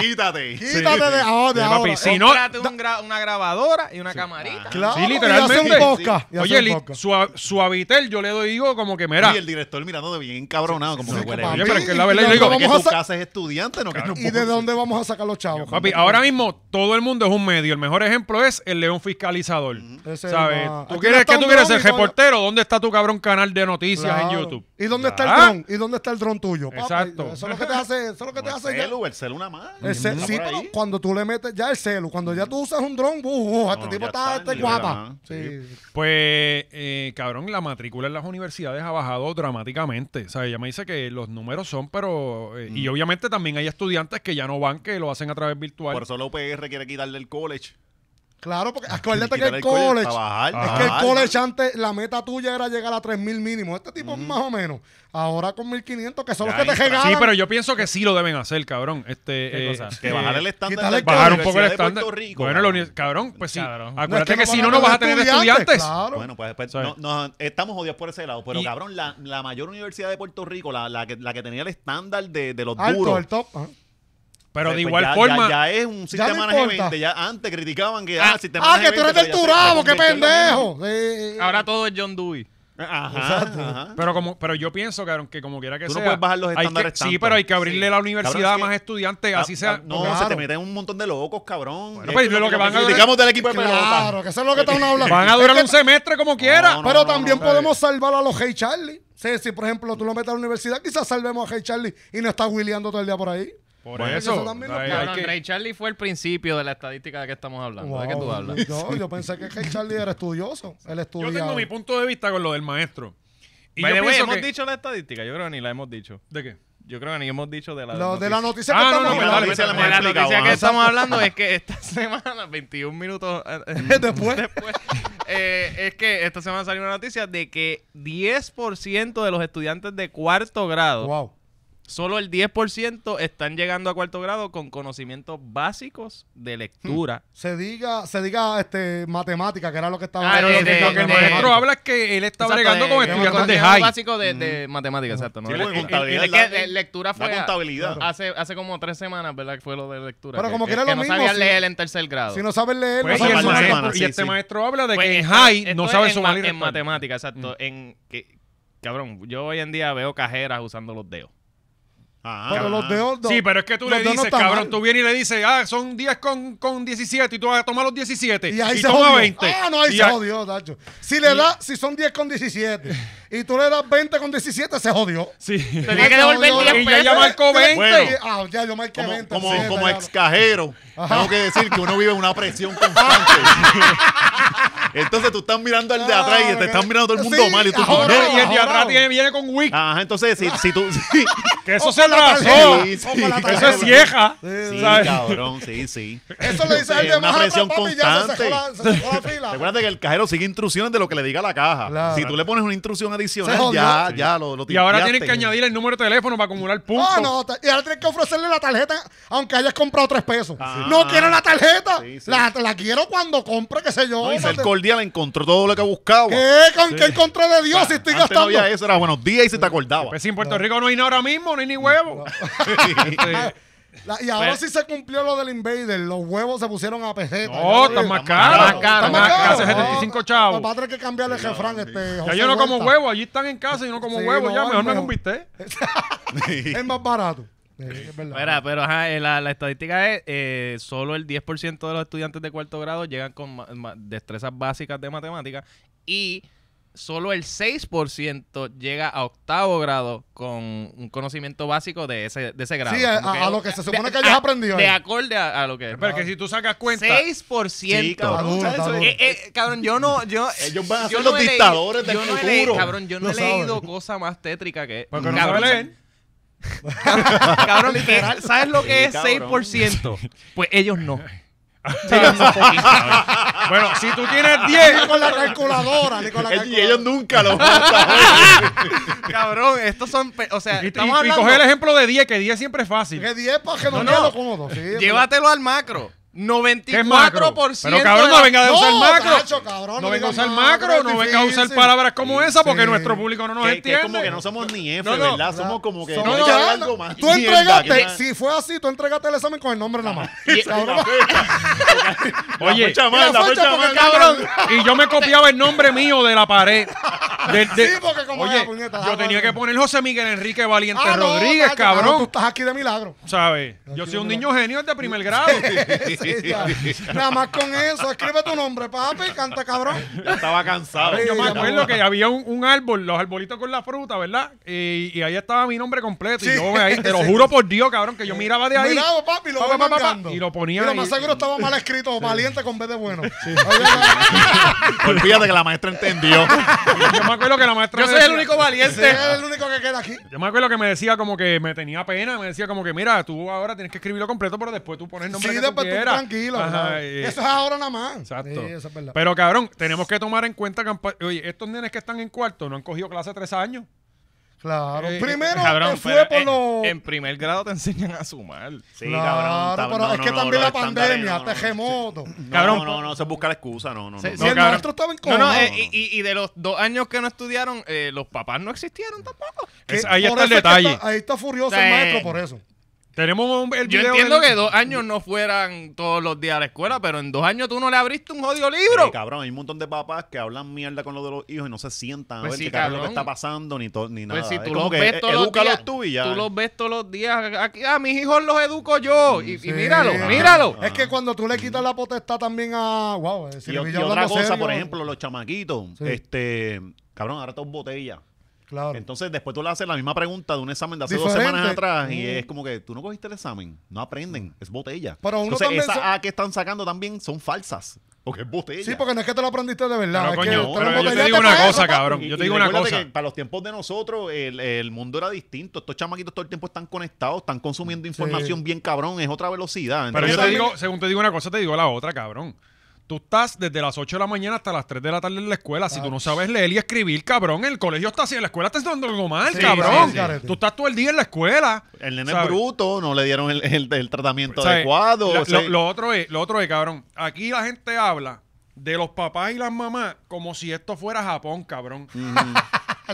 Quítate.
Quítate de, ahora, de
Sí,
ahora.
papi, sí. Si no-
Cómprate un gra- una grabadora y una camarita.
Claro,
Sí,
Y
literalmente.
hacen podcast. y
Oye,
hacen
li-
podcast.
sua- suavitel, yo le doy digo como que, mira,
Y el director mirándome bien cabronado, como
Sí,
que huele.
papi,
Oye, pero es que la
¿y
verdad, yo
de
digo,
dónde
que
vamos a
tu
sa-
casa es estudiante, no que no
¿Y de dónde vamos a sacar los chavos?
Papi, ahora mismo todo el mundo es un medio. El mejor ejemplo es el león fiscalizador.
Ese
¿Sabes?
es más-
¿Tú
Aquí
quieres,
está
¿Qué
un
tú quieres
león
ser?
y todavía-
¿Reportero? ¿dónde está tu cabrón canal de noticias
Claro.
en YouTube?
¿Y dónde está
Ah.
el dron? ¿Y dónde está el dron tuyo? papá?
Exacto.
Eso es lo que te hace, eso es lo que te
El
hace ya-
celu, el celu nada más.
El cel-
Está
sí,
por
pero
ahí.
cuando tú le metes ya el celu, cuando ya tú usas un dron, uh, uh, este
No,
tipo
ya
está,
está
este
en
guapa.
nivel,
Sí.
Pues, eh, cabrón, la matrícula en las universidades ha bajado dramáticamente. O sea, ella me dice que los números son, pero... eh, Y obviamente también hay estudiantes que ya no van, que lo hacen a través virtual.
Por eso la UPR quiere quitarle el college.
Claro, porque acuérdate que
Quitarle
el
college
college,
para bajar,
es
para
que el
bajar.
college antes, la meta tuya era llegar a 3.000 mínimo. Este tipo más o menos. Ahora con 1.500, que son los
Ya
que te
entra.
regalan.
Sí, pero yo pienso que sí lo deben hacer, cabrón. Este,
¿Qué
eh,
cosa?
Que
eh,
bajar el estándar.
quitarle
de
el
la
bajar un poco el
Universidad de
estándar.
Puerto Rico,
bueno, la
cabrón.
uni- cabrón, pues sí.
Cabrón. No, es
Acuérdate que, si no,
van
no vas a tener estudiantes.
Claro.
Bueno, pues, pues,
¿Sabes?
no- nos- estamos jodidos por ese lado. Pero,
Y-
cabrón, la, la mayor universidad de Puerto Rico, la, la que, la que tenía el estándar de, de los
Alto,
duros.
el top. ajá.
Pero de
pues,
igual
ya-
forma...
Ya, ya es un sistema
no importa.
G20. Ya antes criticaban que. Ah, sistema
Ah, que
G20,
tú eres
pero
del
ya se-
Turabo,
se
qué
convirtió en lo mismo.
pendejo. Sí.
Ahora todo es John Dewey.
Ajá. ajá.
Pero como, pero yo pienso, cabrón, que como quiera que
Tú no
sea.
puedes bajar los
hay que-
estándares
Sí,
tanto.
pero hay que abrirle
Sí.
la universidad
Cabrón, es
a más
que-
estudiantes, así
Ah,
sea.
ah, No,
Claro.
se te meten un montón de locos, cabrón.
Bueno,
Es
pues, lo que van a-
criticamos del equipo de pelota.
Claro, que eso es lo que están hablando.
Van a
Es
durar
que
un semestre como quiera.
No, no,
Pero
no,
también
no,
podemos salvar a los Hey Charlie. Sí, si por ejemplo tú lo metes a la universidad, quizás salvemos a Hey Charlie y no estás wheeleando todo el día por ahí.
Por
Bueno,
eso.
eso también lo
hay- hay
Cabrón,
que-
Ray Charlie fue el principio de la estadística de que estamos hablando. ¿De qué tú
Wow,
hablas?
Yo, yo pensé que Hey Charlie era estudioso. Él
yo
estudiaba.
tengo mi punto de vista con lo del maestro. Y
By
yo
the way,
pienso
¿Hemos
que-
dicho la estadística? Yo creo que ni la hemos dicho.
¿De qué?
Yo creo que ni hemos dicho de la
Lo de la noticia
Ah,
que
no,
estamos
no,
Mira,
dale,
la noticia
dale,
la hemos
la
explicado,
noticia que
¿no?
estamos hablando es que esta semana, 21 minutos eh,
después.
después, eh, es que esta semana salió una noticia de que 10% de los estudiantes de cuarto grado,
Wow.
solo el 10% están llegando a cuarto grado con conocimientos básicos de lectura.
Se diga, se diga este, matemática, que era lo que estaba.
Ah,
Pero lo que,
de- de-
lo que el
de-
maestro habla es que él está
Exacto, eh,
bregando
de-
con
de
estudiantes de
conocimientos
high.
básicos de, de matemáticas, exacto. ¿no?
Sí, porque
Y- y-
contabilidad
y- y- es que
es la-
de- lectura fue
la
a-
contabilidad.
hace, hace como tres semanas, ¿verdad? Que fue lo de lectura.
Pero
que,
como
que-
que era
que
lo
no
mismo,
sabían
sí.
leer en tercer grado.
Si no sabes leer,
Pues,
no
y,
Fue
el
sabes
para la
maestro-
sumar.
semana,
y
sí,
este
sí.
maestro habla de
Pues
que en
esto-
high
esto
no
es
sabe
en ma-
sumar y
En,
restar.
matemática, exacto. En, que, cabrón, yo hoy en día veo cajeras usando los dedos.
Ajá.
Pero los dedos. no.
Ah, Sí, pero es que tú le
Los dos no
dices,
están
cabrón,
mal.
tú vienes y le dices, ah, son 10 con, con 17 y tú vas a tomar los 17
Y ahí se
toma
jodió.
20.
Ah, no, ahí
Y
se
a-
jodió, Tacho. Si le das, si son 10 con 17 y tú le das 20 con 17, se jodió. Ah,
Sí.
Te tiene que devolver
No, no,
10
no.
Y ya, ya
pesos.
marcó 20.
Bueno.
Ah, ya yo marqué
Como,
20.
como,
sí,
como
ya,
ex cajero, tengo que decir que uno vive una presión constante. entonces tú estás mirando al de atrás y te están mirando todo el mundo
Ah, Sí,
mal. Y tú,
ahora,
"Coño".
y el de
ahora.
atrás tiene- viene con Wick.
Ah,
Ajá, entonces si, si tú. Sí,
que eso
o
se
Ah, con la
atrasó.
tarjeta.
sí, sí.
Ojo, Oh, la tarjeta.
Eso es vieja.
Sí,
¿sabes?
cabrón, sí, sí.
Eso le dice
Sí,
al de
Eh, una
más atrás,
presión
papi, ya se
constante.
cerró la- se cerró la fila.
Recuerda que el cajero sigue instrucciones de lo que le diga la caja.
Claro.
Si tú le pones una instrucción adicional,
Se jodió.
ya, ya lo, lo
Y ahora
tilteaste.
tienen que añadir el número de teléfono para acumular puntos.
Ah, no, ta- y ahora tienes que ofrecerle la tarjeta aunque hayas comprado tres pesos.
Ah.
no quiero la tarjeta.
Sí, sí.
La, la quiero cuando compre, qué sé yo.
No, y ser
mate-
cordial encontró todo lo que buscaba.
¿Qué? ¿Con qué encontré de Dios si estoy
Ah, Antes no
gastando?
había eso, era buenos días y se te acordaba.
Pues sí, en Puerto Rico no hay nada ahora mismo, no hay ni huevo. Este,
La- y ahora
Pues-
Pero-
sí se cumplió lo del Invader. Los huevos se pusieron a peseta.
no,
está
está más caro.
más
caro,
Está más
más
caro,
caro.
75 chavos.
Va a tener que cambiarle el refrán. Este,
Ya
José
yo no como
Huerta.
huevo, allí están en casa y yo no como
Sí,
huevo,
no,
ya
es
mejor me eh.
mejor.
conviste.
Es más barato. Eh, es verdad.
Mira, pero ajá, eh, la, la estadística es eh, solo el 10% de los estudiantes de cuarto grado llegan con ma- ma- destrezas básicas de matemáticas y solo el 6% llega a octavo grado con un conocimiento básico de ese, de ese grado.
Sí, a-
Como
a- a lo que se supone
de-
que hayas
a-
aprendido
De
ahí.
acorde a, a lo que...
Pero que si tú sacas cuenta.
6%.
Sí, cabrón,
Está duro,
¿sabes?
está
Eso-
duro.
Eh, eh, cabrón, yo no. Yo,
Ellos van a
yo
ser los
he leído-
dictadores del
yo no he
futuro.
leído- cabrón, yo no,
Lo
he
saben.
leído cosa más tétrica que.
Porque pues, no
Mm, cabrón,
sabe leer.
Cabrón, que- ¿sabes lo que
Sí,
es
cabrón.
6%? Pues ellos no. Ellos no fucking saben.
Bueno, si tú tienes
Ni
10,
con la calculadora, ni con la
Ellos-
calculadora.
y ellos nunca lo van a saber.
Cabrón, estos son. pe- O sea,
y,
estamos
y- y
hablando.
coger el ejemplo de 10, que 10 siempre es fácil.
Que 10 para que no,
No,
quede
no.
lo cómodo. Sí, es verdad.
Llévatelo al macro. 94%.
¿Qué es macro? Pero cabrón,
de
no
la-
venga a usar
No,
macro.
tacho, cabrón,
no
no
venga a
digas
usar
macro,
macro,
es
no venga a usar
difícil.
palabras como esa porque
sí.
nuestro público no nos
que, que
entiende.
es como que no somos ni F,
No, no.
¿verdad? Somos como que.
Somos-
tiene que
ya,
haber
no.
algo más.
Tú
Mierda,
entregaste,
que más-
si fue así, tú entregaste el examen con el nombre nada más. Cabrón,
La
Oye,
fecha mal,
la
la
fecha
fecha
porque
mal,
el cabrón-
cabrón.
y yo me copiaba el nombre mío de la pared. de- de-
Sí, porque como
Oye,
que, puñeta,
yo
ah,
tenía
no,
que
no.
poner José Miguel Enrique Valiente
Ah, no,
Rodríguez,
tacho, ah, Tú
cabrón.
estás aquí de milagro.
¿Sabes? Yo soy un niño genio de primer grado.
Sí, ya. Nada más con eso. Escribe tu nombre, papi, canta cabrón.
Ya estaba cansado.
Yo me
ya
acuerdo que había un, un árbol, los arbolitos con la fruta, ¿verdad? Y, y ahí estaba mi nombre completo. Y
Sí.
yo ahí, te lo juro por Dios, cabrón, que yo miraba de ahí.
Miraba, papi, lo
Pa,
voy
pa, pa, pa,
mangando.
y lo ponía
Mira,
ahí.
más seguro estaba mal escrito, valiente con B de bueno.
Olvídate que la maestra entendió.
Yo me acuerdo que la maestra.
Yo
me
soy el
decía-
único
Ese
valiente.
es el único que queda aquí.
Yo me acuerdo que me decía como que me tenía pena, me decía como que mira, tú ahora tienes que escribirlo completo, pero después tú pones el nombre
sí,
que tú
después tú
quieras.
tranquilo.
Ajá,
¿verdad?
eh,
eso es ahora nada más.
Exacto.
Sí, eso es verdad.
Pero cabrón, tenemos que tomar en cuenta que han pa- oye, estos nenes que están en cuarto no han cogido clase tres años.
claro.
eh,
Primero
Cabrón,
que fue
pero
por
en,
los...
en primer grado te enseñan a sumar.
Sí,
claro,
tab-
pero
no,
es
no,
que
no,
también
los
la
estándares,
pandemia,
no, no,
terremoto.
No,
Cabrón,
no, no, no, se busca la excusa, no, no, no.
Se-
no.
si el
cabrón.
nuestro estaba en
No,
coma.
no,
no,
eh,
no.
y, y- y de los dos años que no estudiaron, eh, los papás no existieron tampoco.
que
Es- ahí
por
está el
eso es que
detalle.
está- ahí está furioso
Sí.
el maestro por eso.
Tenemos un, el
Yo
video
entiendo
del-
que dos años no fueran todos los días a la escuela, pero en dos años tú no le abriste un jodido
Pero,
libro.
cabrón, hay un montón de papás que hablan mierda con lo de los hijos y no se sientan
Pues
a ver
sí,
qué carajo es lo que
cabrón.
está pasando ni, to- ni nada.
Pues si
Es
tú
como
los
que,
ves
eh,
todos los
edúcalos
días,
tú y ya.
tú los ves todos los días aquí, a mis hijos los educo yo y, y
Sí.
míralo,
Ajá.
míralo.
Es que cuando tú le quitas la potestad también a... eh, Wow,
Y, y otra cosa, por ejemplo, los chamaquitos, este, cabrón, ahora todos botella.
Claro.
Entonces, después tú le haces la misma pregunta de un examen de hace dos
Diferente.
semanas atrás y
Mm.
es como que tú no cogiste el examen, no aprenden, es botella.
Pero uno
Entonces,
también
esas
sa-
A que están sacando también son falsas, porque es botella.
Sí, porque no es que te lo aprendiste de verdad.
Pero,
es
coño,
que
pero
lo
yo te
botellaste
digo
una
para eso,
cosa,
papi.
cabrón.
Y-
Yo te
y
digo una
recuérdate
cosa.
que para los tiempos de nosotros, el, el mundo era distinto. Estos chamaquitos todo el tiempo están conectados, están consumiendo información bien cabrón, es otra velocidad.
Pero yo
Entonces,
te digo, según te digo una cosa, te digo la otra, cabrón. Tú estás desde las 8 de la mañana hasta las 3 de la tarde en la escuela. Si tú no sabes leer y escribir, cabrón, el colegio está así, la escuela está haciendo algo mal,
Sí,
cabrón.
sí, sí.
Tú estás todo el día en la escuela.
el nene
¿sabes?
es bruto, no le dieron el, el- el tratamiento
¿Sabes?
adecuado.
La-
o sea,
lo, lo otro es, lo otro es, cabrón. Aquí la gente habla de los papás y las mamás como si esto fuera Japón, cabrón.
Mm.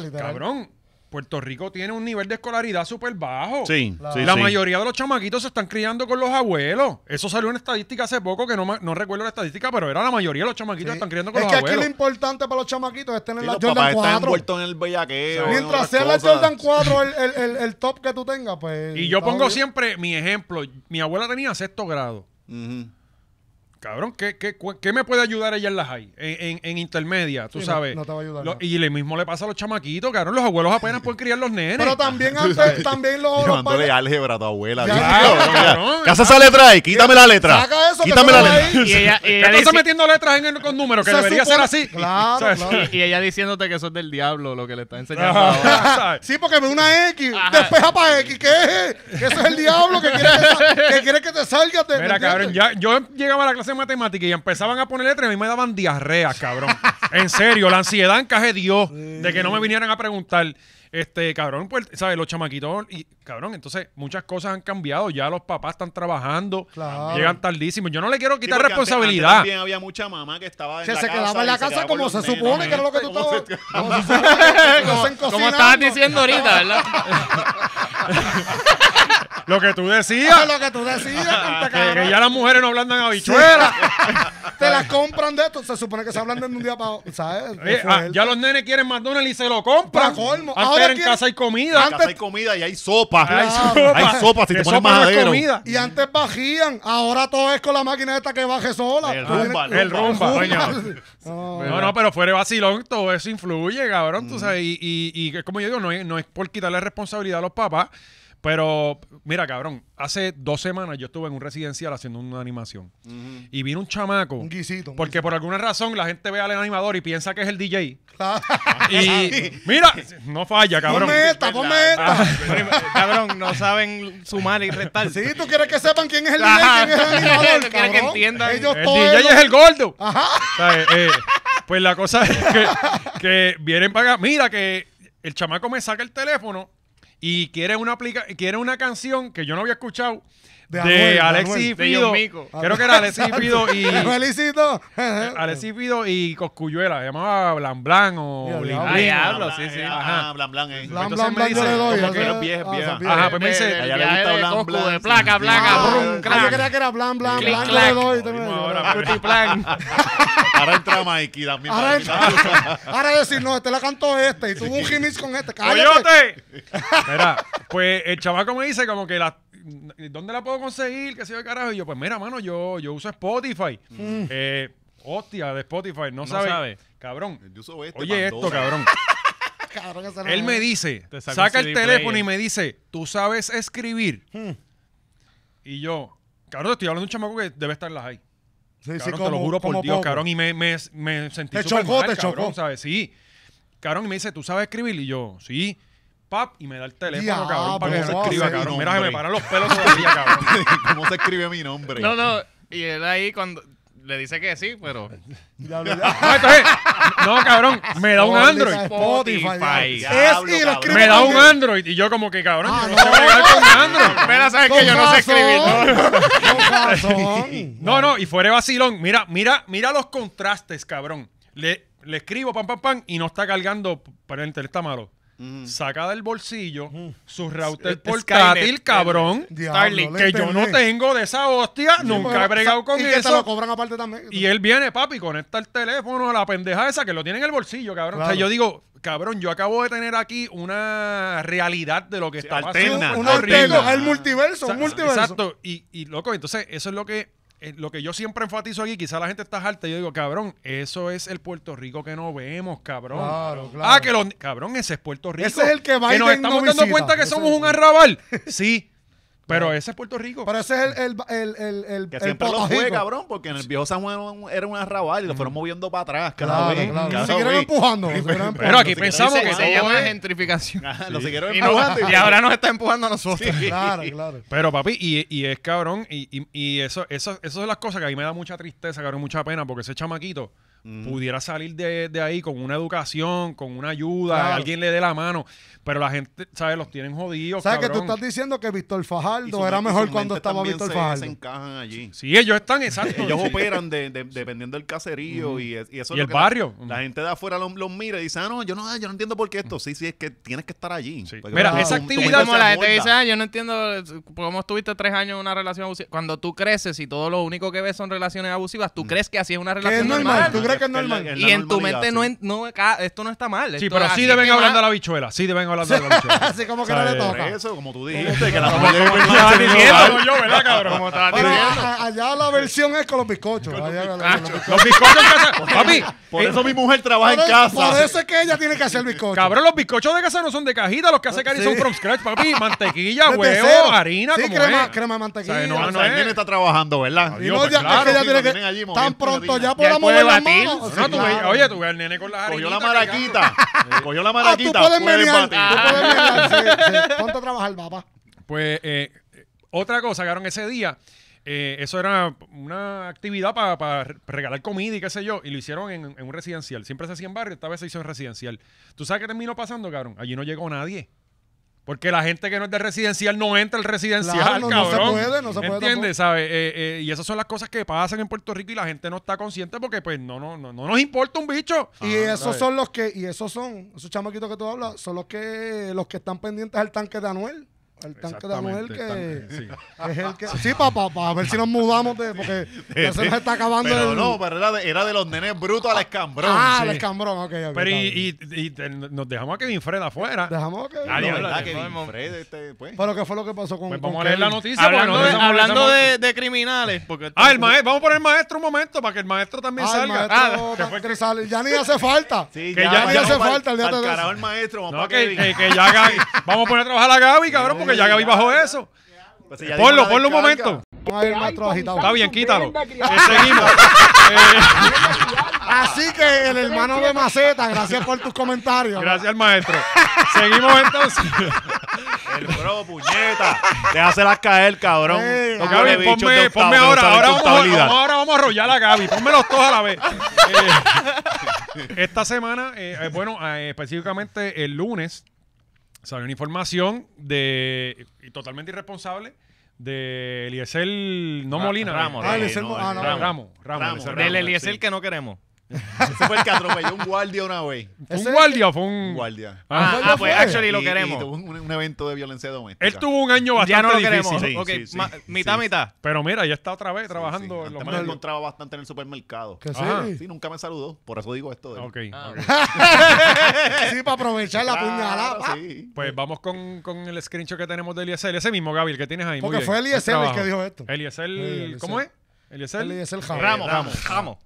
Literal.
Cabrón, Puerto Rico tiene un nivel de escolaridad súper bajo.
sí,
La-
sí,
La
sí.
mayoría de los chamaquitos se están criando con los abuelos. Eso salió en estadística hace poco, que no, ma- no recuerdo la estadística, pero era la mayoría de los chamaquitos se están criando con
es
los
que aquí
abuelos.
lo importante para los chamaquitos es tener
Sí,
la
los papás
Jordan
están
4.
envueltos en el bellaqueo. en
Mientras
otras
sea la
cosas.
Jordan 4 el, el, el, el top que tú tengas, pues.
Y yo
está
pongo
bien.
siempre mi ejemplo. Mi abuela tenía sexto grado.
Ujú.
Cabrón, ¿qué, qué, cu- qué me puede ayudar ella en las high? En, en- en intermedia, tú
Sí, no-
sabes.
no te va a ayudar,
Lo-
no.
Y lo mismo le pasa a los chamaquitos, cabrón. Los abuelos apenas pueden criar los nenes.
Pero también antes, también los. los
Llevándole
padres-
álgebra a tu abuela.
Ya,
Dios
claro,
mío,
cabrón.
mira, Casa esa letra ahí, quítame la letra.
Saca eso, que
quítame
eso
la
no va
letra.
ahí.
Y ella, y
¿Qué
ella
tú estás
dici-
metiendo letras en el- con números? Que
Se
debería
supone-
ser así.
Claro,
¿Sabes?
claro.
y ella diciéndote que eso es del diablo lo que le está enseñando ahora.
Ajá, ¿sabes?
Sí, porque ve una X, despeja para X, ¿qué es? Que eso es el diablo que quiere que, sa- que, quiere que te salgas de. ¿me
Mira, cabrón,
entiendes?
ya, yo llegaba a la clase de matemática y empezaban a poner letras y a mí me daban diarrea, cabrón. en serio, la ansiedad encaje Dios de que no me vinieran a preguntar. Este, cabrón, pues, ¿sabes? Los chamaquitos y, cabrón, entonces muchas cosas han cambiado. Ya los papás están trabajando,
Claro.
llegan tardísimos. Yo no le quiero
Sí,
quitar
porque antes-
responsabilidad.
antes también había mucha mamá que estaba en
Que
la
se
casa
quedaba en
y
la
se
casa
quedaba
como
con
se
los nenes,
supone que era lo que tú
¿cómo
estabas.
se-
como se supone que lo hacen
Como estabas
cocinando.
diciendo ahorita, ¿verdad?
Lo que tú
Eso
decías,
es lo que tú decías, canta,
que,
cabrón.
que ya las mujeres no hablan en habichuelas.
¡Fuera! Te las compran de esto. Se supone que se hablan de un día para otro. ¿Sabes?
Eh, ah, ya los nenes quieren McDonald's y se lo compran.
Pa' colmo.
Antes
Ahora
era en
quieren- Ah,
casa hay comida.
En casa hay comida y hay sopa.
Hay
Claro.
Hay sopa, si te
Que
pones
sopa no es
majadero.
comida.
Y antes bajían. Ahora todo es con la máquina esta que baje sola.
El
Tú tienes-
rumba,
El rumba, coño.
No.
No, no, pero fuera de vacilón, todo eso influye, cabrón. Tú sabes, y, y, y que como yo digo, no es, no es por quitarle responsabilidad a los papás, pero mira, cabrón, hace dos semanas yo estuve en un residencial haciendo una animación y vino un chamaco.
Un guisito, un
porque por alguna razón la gente ve al animador y piensa que es el DJ.
Claro.
Y mira, no falla, cabrón.
Ponme esta, ponme esta.
eh, Cabrón, no saben sumar y restar.
Sí, tú quieres que sepan quién es el DJ
Ajá.
y quién es el animador,
Tú quieres que
cabrón.
entiendan.
Ellos
El
todos
DJ
ellos-
es el gordo.
Ajá.
¿Sabes? Eh, pues la cosa es que, que vienen para acá. Mira que el chamaco me saca el teléfono y quiere una aplica quiere una canción que yo no había escuchado de,
De Anuel, de
Alexis
Anuel.
De
Fido.
John Mico.
Creo que era Alexis Fido y
Felicito.
Alexis Fido y Coscuyuela, se llamaba Blan Blan o
Ya,
Blin
diablo.
Blin.
Ay, Ah, diablo, sí, sí. Ah,
Ajá, blan, blan. eh.
Blan,
Entonces me
blan, blan, yo
dice,
le doy.
como que
o sea,
eres vieja,
ah,
vieja.
bien.
Ajá, pues me dice,
De,
Allá le gusta
de
blan,
Coscu,
blan.
de placa, placa,
Ah,
brum,
ah, yo
crack,
creía que era blan, blan,
Clic,
blan. Yo
clac.
le doy. te-
Ahora,
cuti, plan.
Ahora entra Mikey también.
Ahora,
para quitar-
ahora decir, no, este la cantó este y tuvo un remix con este. Cállate.
¡Coyote! Mira, pues el chavaco me dice como que la... ¿Dónde la puedo conseguir? ¿Qué sé yo de carajo? Y yo, pues mira, mano, yo, yo uso Spotify. Eh, hostia, de Spotify. No, sabe.
sabe.
Cabrón.
Yo uso este,
Oye esto,
Pandora.
cabrón.
Cabrón, ese no
Él
es.
me dice,
Te saca un
saca el
CD
teléfono y
player.
me dice, ¿tú sabes escribir? Y yo, cabrón, te estoy hablando de un chamaco que debe estar en las hay.
Sí, sí,
Cabrón, te
como-
lo juro por
como
Dios,
poco.
cabrón. Y me, me, me sentí
Te
súper
chocó,
mal,
te
cabrón,
chocó.
¿sabes? Sí. Cabrón, y me dice, ¿tú sabes escribir? Y yo, sí. Pap, y me da el teléfono,
Diablo,
cabrón, para que se
wow,
escriba,
sí,
cabrón.
no,
Mira, se me
hombre.
paran los pelos todavía, cabrón.
¿Cómo se escribe mi nombre?
No, no. Y él ahí cuando le dice que sí, pero.
Diablo, ya.
No, entonces, no, cabrón, me da un
Only
Android.
para Spotify.
Spotify.
ya. Es
Diablo,
y lo
cabrón.
escribe
Me da un
también.
Android. Y yo como que, cabrón,
Ah,
yo no
no.
sé bregar con Android.
Espera, sabes
Con
que yo no sé
razón,
escribir. ¿no?
Con razón.
No, no, y fuera de vacilón. Mira, mira, mira los contrastes, cabrón. Le, le escribo pam, pam, pam y no está cargando, pero el internet está malo.
Mm.
Saca del bolsillo
Mm.
su router
S-
portátil,
Skynet.
cabrón.
Diablo,
Starlink,
le
Que yo no
internet.
tengo de esa hostia, nunca he bregado con
y que te lo
eso.
cobran aparte también.
Y él viene, papi, conecta el teléfono a la pendeja esa que lo tiene en el bolsillo, cabrón. O sea,
Claro.
yo digo, cabrón, yo acabo de tener aquí una realidad de lo que está
Sí,
alterna,
pasando.
un
Horrible.
alterno, el multiverso,
Sa-
un multiverso.
Exacto. Y, y, loco, entonces eso es lo que eh, lo que yo siempre enfatizo aquí, quizá la gente está harta, yo digo, cabrón, eso es el Puerto Rico que no vemos, cabrón.
Claro, claro.
Ah, que los cabrón, ese es Puerto Rico.
Ese es el que Biden
nos estamos
no
dando
visita.
cuenta que
Ese
somos
es-
un arrabal. Sí. Pero ese es Puerto Rico.
Pero ese es el, el, el, el, el,
Que
el
siempre lo fue,
potajico.
cabrón, porque en el viejo San Juan era un- era un arrabal y lo fueron moviendo para atrás cada
Claro,
vez.
claro.
cada
Siguieron
vez.
empujando. siguieron
Pero aquí
Nosotros
pensamos
Se-
que eh.
se
todo
llama
es-
gentrificación.
Ajá, Lo siguieron
Y, no-
empujando.
y ahora nos está empujando a nosotros.
Claro, claro.
Pero papi, y, y es cabrón, y, y- y eso, eso, eso son las cosas que a mí me da mucha tristeza, cabrón, mucha pena, porque ese chamaquito
Mm.
pudiera salir de, de ahí con una educación, con una ayuda,
Claro.
alguien le dé la mano, pero la gente, ¿sabes? Los tienen jodidos,
¿Sabes que tú
Oh, cabrón.
estás diciendo que Víctor
Y
Fajardo
su
era
mente-
mejor
su
cuando
mente
estaba
también
Víctor
se-
Fajardo?
Se encajan allí.
Sí, ellos están, exacto.
Ellos
sí.
operan de- de- dependiendo del caserío y, es- y eso
Y
es lo
el
que la-
barrio.
La, gente de afuera los, los mira y dice, ah, no yo, no, yo no entiendo por qué esto. Sí, sí, es que tienes que estar allí.
Sí.
Porque
Mira,
tú-
esa
tú- tú
actividad-
metes
como la gente
esa
dice,
mierda.
ah, yo no entiendo eh, cómo estuviste tres años en una relación abusiva. Cuando tú creces y todo lo único que ves son relaciones abusivas, tú crees que así es una
Que es
relación
normal,
normal.
¿tú crees que es normal?
la-
y en tu
normalidad,
mente
sí.
no, en- no ca- esto no está mal.
Sí,
esto
pero
es
sí
así
deben
que
hablando a
va.
la bichuela, sí deben hablando de la bichuela.
Así como que no
¿Sabes?
le
Por
toca.
eso, como tú dijiste, que la
Estaba diciendo,
familia
no yo, ¿verdad, cabrón?
Como estaba
Bueno,
diciendo.
a- a- allá la versión es con los bizcochos. allá con los bizcochos.
Los bizcochos en casa, papi,
Por
eh,
eso mi mujer trabaja
Por
en
eso- Por
casa.
eso es que ella tiene que hacer bizcocho.
Cabrón, los bizcochos de casa no son de cajita, los que hace Cari son
Sí.
from scratch, papi. Mantequilla,
Desde
huevo,
cero.
harina,
Sí,
como
crema,
es.
crema de
O sea,
mantequilla.
no,
O
no
sea, el
es.
nene está trabajando, ¿verdad?
Y
Dios,
no,
pues
ya,
claro,
es que ella
sí, lo
tiene
tienen allí
que.
moviendo
Tan
la
pronto
harina.
ya por
Ya
la
puede
mano. las
batir.
manos.
No,
Sí,
no, tú
claro.
ves- oye, tú ves al nene con las
Cogió la
harinitas. pegando.
maraquita. Cogió la
Ah, tú
maraquita.
puedes
puedes
menear. Tú
partir.
puedes menear. sí, sí. Ponte a trabajar, papá.
Pues, eh, otra cosa, cabrón, ese día, eh, eso era una actividad para regalar comida y qué sé yo, y lo hicieron en, en un residencial. Siempre se hacía en barrio, esta vez se hizo en residencial. ¿Tú sabes qué terminó pasando, cabrón? Allí no llegó nadie. Porque la gente que no es de residencial no entra al residencial,
Claro, no- no se
cabrón.
puede, no se puede
¿Entiendes?
tampoco.
¿Sabes? Eh, eh, y esas son las cosas que pasan en Puerto Rico y la gente no está consciente porque, pues, no, no, no, no nos importa un bicho.
Y esos son los que, y esos son, esos chamaquitos que tú hablas, son los que, los que están pendientes al tanque de Anuel. El tanque de Anuel
Exactamente,
que,
el tanque, sí.
que es el que. Sí, papá, para ver si nos mudamos de, porque ya se nos está acabando
Pero
el.
no, pero era de, era de los nenes brutos al escambrón.
ah, el
Sí.
escambrón, ok, ok,
Pero
está
y,
bien.
y- y te- nos dejamos a Kevin Fred afuera.
Dejamos que.
Ah,
Adiós,
la verdad
adiós,
que
adiós.
Fred, este, pues.
Pero qué fue lo que pasó con.
Pues
con
vamos a leer la
Kevin?
noticia. porque
Hablando,
no
de,
estamos-
hablando
estamos-
de, de criminales. Porque
Ah, el maestro. Vamos a poner el maestro un momento para que el maestro también
Ah, el
salga.
maestro
Ah, que
tan-
fue
que sale. Ya ni hace falta.
Sí,
que ya ni
vamos
hace
pa'l-
falta, olvídate
pa'l
de eso.
carajo el maestro, vamos
No,
pa'
que,
Kevin.
que- que ya Gaby- Vamos a poner a trabajar a Gaby, cabrón, porque ya Gaby bajó eso.
Pues si ya dijo
Ponlo,
la
ponlo un
descarga.
momento.
Vamos a ir maestro agitado.
Está bien, quítalo.
Mierda,
Eh, seguimos. Eh,
Así que el hermano de Maceta, gracias por tus comentarios.
gracias al maestro. Seguimos entonces.
El bro, puñeta. Déjaselas caer, cabrón.
Ey,
Los
Gaby,
pobres bichos de
ponme,
octavo
ponme
que no
ahora.
saben
Ahora vamos, a,
contabilidad.
vamos- ahora vamos a arrollar a Gaby. Pónmelos todos a la vez. Eh, esta semana, eh, eh, bueno, eh, específicamente el lunes, salió una información de y totalmente irresponsable de Eliezer no
Ra-
Molina.
Ramos,
de-
Ah,
Eh,
Eliezer
no,
Mo- ah,
eh,
no.
Ramos, Ramos,
Ramos,
Eliezer
Ramos,
Del
sí.
Eliezer que no queremos.
Ese fue el que atropelló un guardia una vez.
¿Fue un
Ese-
guardia o fue un...?
Un guardia.
Ah,
¿Cuándo
ah, pues
fue?
actually lo
Y- y
queremos.
tuvo un, un evento de violencia doméstica.
Él tuvo un año bastante
ya no lo
difícil.
queremos.
Sí,
ok,
sí, sí.
ma-
Sí,
mitad,
sí.
mitad.
Pero mira, ya está otra vez
Sí,
trabajando
sí.
en
Antes
los
me lo
medios.
encontraba bastante en el supermercado.
Que sí.
Ajá.
Sí, nunca me saludó. Por eso digo esto de él.
Ok.
Ah,
Sí, para aprovechar la
Claro,
puñalada. pa.
sí.
Eh,
Pues vamos con, con el screenshot que tenemos de Eliezer. Ese mismo, Gaby, el que tienes ahí. muy
Porque
bien.
fue
Buen
Eliezer el
trabajo.
que dijo esto.
Eliezer,
Sí,
¿cómo es? Eliezer.
Eliezer. Él es el jamón.
Ramos,
Eh,
Ramos,
Ramos.
Ramos.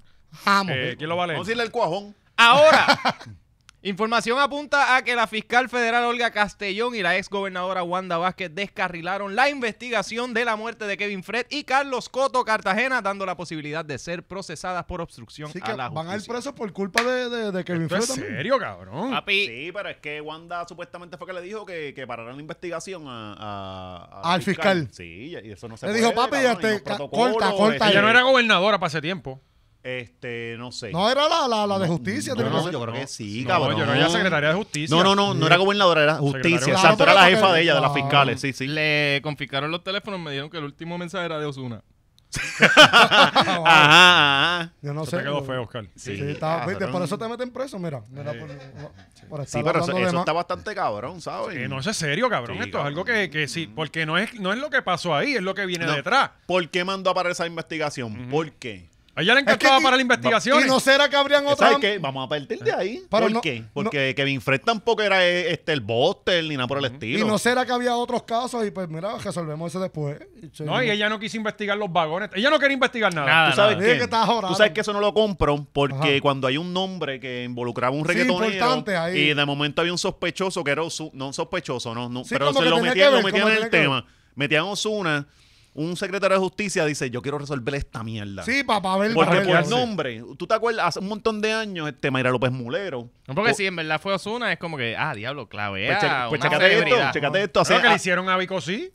Vamos.
Eh, ¿Quién lo va a leer?
Vamos a decirle al cuajón.
Ahora, información apunta a que la fiscal federal Olga Castellón y la ex gobernadora Wanda Vázquez descarrilaron la investigación de la muerte de Kevin Fred y Carlos Coto Cartagena, dando la posibilidad de ser procesadas por obstrucción
Así que
a la
van a ir
justicia.
presos por culpa de, de, de Kevin
¿Esto
Fred
es
también.
serio, cabrón?
Ah,
Papi,
Sí, pero es que Wanda supuestamente fue que le dijo que, que pararan la investigación a, a-
Al fiscal.
Sí, y eso no se
Le
puede,
dijo, papi,
cabrón,
este,
y los
ca-
protocolos,
corta, corta
Ella
este,
no era gobernadora para ese tiempo.
Este, no sé.
No, era la, la, la de justicia.
No,
tiene que
no,
ser.
yo creo que sí,
No,
cabrón.
yo creo que ella era secretaria de justicia.
No, no, no, no era gobernadora, era justicia.
Secretaria.
Exacto, era la
Claro,
jefa de ella, de las
porque-
fiscales, sí, sí.
le confiscaron los teléfonos, me dijeron que el último mensaje era de Osuna.
Ah, wow.
Ajá, ajá.
Yo no
Eso
sé.
te quedó
yo-
feo, Oscar.
Sí,
Sí,
está- viste,
cabrón.
por eso te meten preso, mira. mira por, por estar
Sí, pero eso,
hablando de
eso
más.
está bastante cabrón, ¿sabes?
Eh, no, eso es serio, cabrón.
Sí,
Esto es algo
cabrón.
que, que sí. Porque no es, no es lo que pasó ahí, es lo que viene
No.
detrás.
¿Por qué mandó a parar esa investigación? ¿Por qué?
A ella le encantaba
y-
para la investigación.
Y no será que habrían otras.
¿Sabes qué? Vamos a partir de ahí.
Pero
¿Por
no-
qué?
no-
Porque Kevin Fred tampoco era eh, este, el Buster ni nada por el
Y
estilo.
no será que había otros casos y pues mira, resolvemos eso después. Y che,
No, y ella no quiso investigar los vagones. Ella no quería investigar nada.
Nada.
¿Tú sabes,
Dije
qué?
que estás jorado.
Tú sabes que eso no lo compro porque
Ajá.
cuando hay un nombre que involucraba un
Sí,
reggaetonero
importante ahí.
y de momento había un sospechoso que era Ozu- no un sospechoso, no, no
Sí,
pero
como
se
que
lo
tenía
metían,
que
lo
ver,
metían
como
en el
tenía que
tema. Metían a Osuna, un secretario de justicia dice, "Yo quiero resolver esta mierda."
Sí, papá, ver.
porque pues,
para ver,
por
sí.
nombre, tú te acuerdas hace un montón de años este Mayra López Mulero.
No, porque
O-
si en verdad fue Osuna, es como que, ah, diablo, clave. ah,
Pues, checa- pues
una
checate esto,
celebridad.
checate esto, hace-
Creo que le
ah,
hicieron a Vico sí.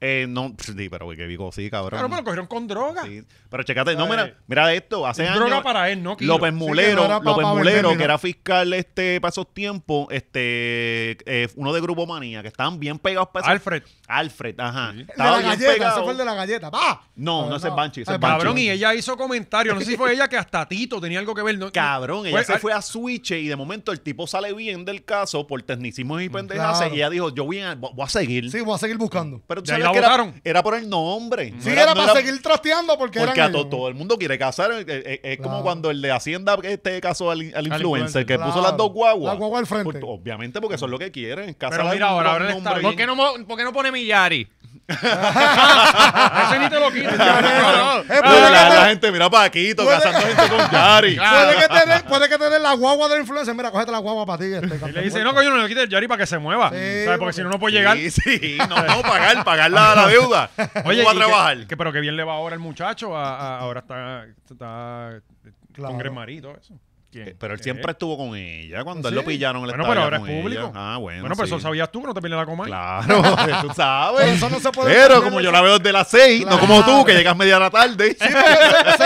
eh, no, sí, pero que Vico sí, cabrón.
Claro, pero lo cogieron con droga.
Sí, Pero checate, no,
Ay.
mira, mira esto, hace
Es
años.
droga para él, ¿no? Kilo?
López
que no
Mulero,
era pa-
López
pa
Mulero,
venderlo.
que era fiscal este para esos tiempos, este eh, uno de Grupo Manía, que estaban bien pegados para esos-
Alfred.
Alfred, ajá.
El de la
Estaba bien
galleta, ese
pegado.
fue el de la galleta. ¡Va!
No,
Ah,
no, ese es Banshee, ese
Ah,
es Banshee.
Cabrón, y ella hizo comentarios. No sé si fue ella que hasta Tito tenía algo que ver. no-
Cabrón, ella
Fue-
se fue a Switch y de momento el tipo sale bien del caso por tecnicismos y pendejas
Claro.
y ella dijo, yo voy a, voy a seguir.
Sí, voy a seguir buscando.
Pero tú
De ahí
sabes
la
que era,
botaron.
era por el nombre. No
Sí, era
no
para seguir trasteando porque,
Porque a
eran
to-
ellos.
todo el mundo quiere casar. eh, eh, eh, Es,
Claro.
como cuando el de Hacienda este casó al, al influencer, que puso
Claro.
las dos guaguas.
La guagua al frente.
Por- obviamente, porque eso es lo que quieren. Casar
Pero
a
mira
un-
ahora,
un
ahora él
hombre
está-
bien-
¿Por qué, no, mo- por qué no pone Millari?
Ah, Ese ni te lo Ah, quita.
no, no.
Pero
Puede
la,
que te-
la gente, mira Paquito,
Puede-
casando gente con Yari.
Puede que tener, puede que tener la guagua del influencer. Mira, cógete la guagua para ti. Este,
Y le dice, no, coño, no le quites el Yari para que se mueva.
Sí,
¿Sabes? Porque
porque-
si no, no puede llegar.
Sí, sí, no, no, pagar, pagar la, la deuda.
Oye,
Oye, va
y que-
a trabajar.
que- pero que bien le va ahora el muchacho. a- a- ahora está, está
Claro.
con Gresmarí y todo eso.
Eh, Pero él siempre estuvo con ella. Cuando él
Sí.
lo pillaron, él
Bueno,
estaba
pero
ya
ahora es
con ella.
público.
Ah, bueno.
Bueno, pero
sí.
eso sabías tú que no te viene la coma.
Claro, tú sabes.
Por eso no se puede
pero
poner
como
el-
yo la veo desde las seis, no como
Claro.
tú, que llegas media de la tarde.
Se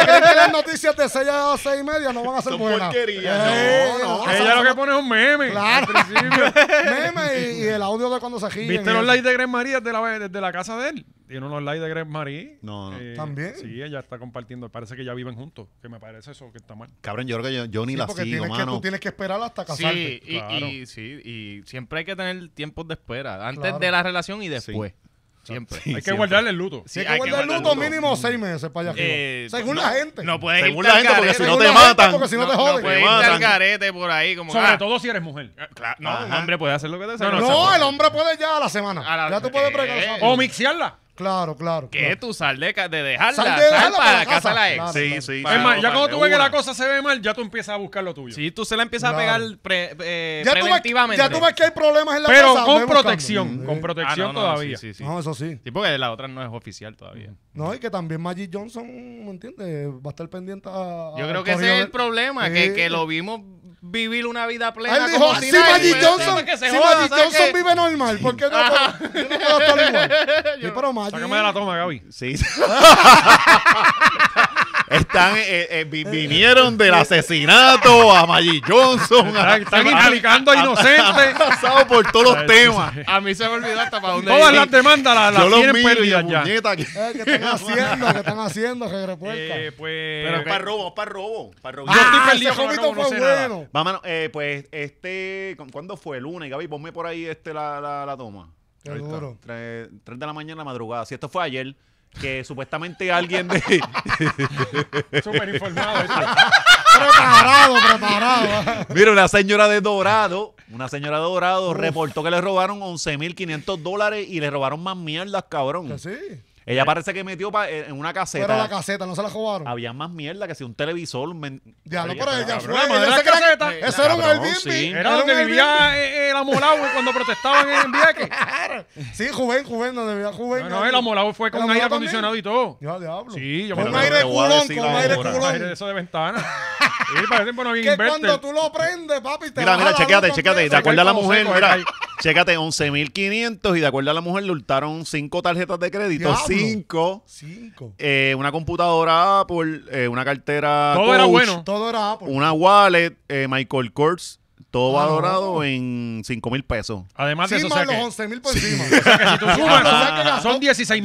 creen que las noticias de 6 a 6 y media no van a ser
Son
buenas.
porquerías,
Eh,
no, no.
o sea,
Ella lo que pone es un meme. al
Claro.
principio.
Meme y, y el audio de cuando se gira.
¿Viste los likes de Gresmarí desde la, desde la casa de él? Tiene unos likes de Gresmarí.
No, no.
Eh,
También.
Sí, ella está compartiendo. Parece que ya viven juntos. Que me parece eso que está mal.
Cabrón, yo creo que yo, yo ni
Sí,
la
porque
sigo,
tienes que, tú
mano.
tienes que esperar hasta
Sí
casarte.
y,
claro.
y- sí, y siempre hay que tener tiempos de espera. Antes
Claro.
de la relación y después. Siempre.
Hay que
siempre.
guardarle el luto.
Sí,
Si hay que guardar luto, mínimo 6 meses para allá arriba.
Eh,
según
no-
la gente.
No puedes
Según
irte
la
al
gente, porque
garete.
¿eh?
si no
Según
te
la gente,
matan.
Porque si no, te
No
joden.
puedes irte
matan.
al garete por ahí. Como,
Sobre
ah,
todo si eres mujer.
cla- No,
Ajá.
un hombre puede hacer lo que te
No,
salga.
no,
no, el hombre puede ya a la semana.
A la-
ya tú puedes
¿Qué?
pregar.
O mixearla.
Claro, claro.
¿Qué?
claro.
Tú sal de, ca- de dejarla.
Sal de
Sal,
dejarla para
para
la
casa
casa.
de la ex.
Claro.
Sí, sí.
es más, ya
Claro,
cuando tú ves que
una.
la cosa se ve mal, ya tú empiezas a buscar lo tuyo.
Si tú se la empiezas a
Claro.
pegar pre- eh,
Ya tú, ves,
preventivamente.
ya tú ves que hay problemas en la
Pero
casa. ve
con
buscando.
protección.
Mm,
Con
sí.
Ah,
protección
no, no, no,
todavía.
Sí, sí, sí.
No, eso sí.
Sí, porque la otra no es oficial todavía.
No, y que también Magic Johnson, ¿me entiendes? Va a estar pendiente a.
Yo
a-
creo
al
que ese
corrido
es
de
el
él.
problema, que,
Sí.
que lo vimos vivir una vida plena.
Él dijo,
como
si
si nada, y
Magic
pues,
Johnson,
que se
si
joda,
Magic
¿sabes
Johnson
qué?
vive normal, ¿por qué no, puedo- yo no puedo estar igual? Sí, pero Magic...
Sácame de la toma, Gaby.
Sí, sí. Están, eh, eh, vi- vinieron del asesinato a Maggie Johnson. a-
Están, están implicando a
han
inocentes.
pasado por todos los
Ay,
temas.
A mí se me olvidó hasta para dónde
Todas
iba.
las demandas las, las
Yo los
tienen
miro y yo,
perdidas ya.
muñeca, que-
Eh, ¿Qué están haciendo? ¿Qué están haciendo? Jegre puerca?
Eh, pues,
Pero
Para robo, para robo. Para robo.
Yo estoy
Ah,
perdido,
ese
pero
jovito
no- no
fue
sé nada.
bueno.
Va, mano, eh, pues este, ¿cu- ¿cuándo fue? Lunes, Gaby, ponme por ahí este la, la, la toma.
Qué
Ahí está.
duro.
Tres, tres de la mañana, madrugada. Si esto fue ayer, que supuestamente alguien de...
eh,
súper informado. esto.
Preparado, preparado.
Mira, una señora de Dorado, una señora de Dorado reportó que le robaron 11.500 dólares y le robaron más mierdas, cabrón.
Que sí.
Ella parece que metió pa- en una caseta.
Pero la caseta no se la
Ah,
robaron.
Había más mierda que si un televisor... men-
Ya lo
Oye,
pero ella
cabrón,
fue.
la madre
ella
de
se
la
cree que-
caseta.
Eso era un
Cabrón,
Airbnb.
sí.
Era
un
donde
Airbnb.
vivía eh, eh, el amolado cuando protestaban en Vieques.
Pues Sí, Juven, Juven, donde vivía Juven.
No, no, el amolado fue
¿El
con
amolado
aire acondicionado y todo.
Ya, diablo.
Sí, yo me
Con
acuerdo.
aire
Te voy a
culón,
decir
con
ahora.
aire
Ahora,
Aire de
culón.
eso de ventana. Sí, parece bueno bien
Que
inverter.
cuando tú lo prendes, papi, te
Mira,
baja
mira,
la
checate,
luz
checate. De
completa.
acuerdo a la
Como
mujer,
seco,
mira,
ahí.
checate, 11.500 y de acuerdo a la mujer le hurtaron cinco tarjetas de crédito,
Diablo.
cinco,
Cinco.
eh, una computadora Apple, eh, una cartera
Todo era
Coach,
bueno.
Todo era Apple.
una wallet, eh, Michael Kors, todo
Ah,
valorado
no.
en 5 mil pesos.
Además de
Sí,
eso, o sea
más los
que,
11 mil por encima.
que si tú
Ah, o sea que
sumas,
gastó
son 16.500.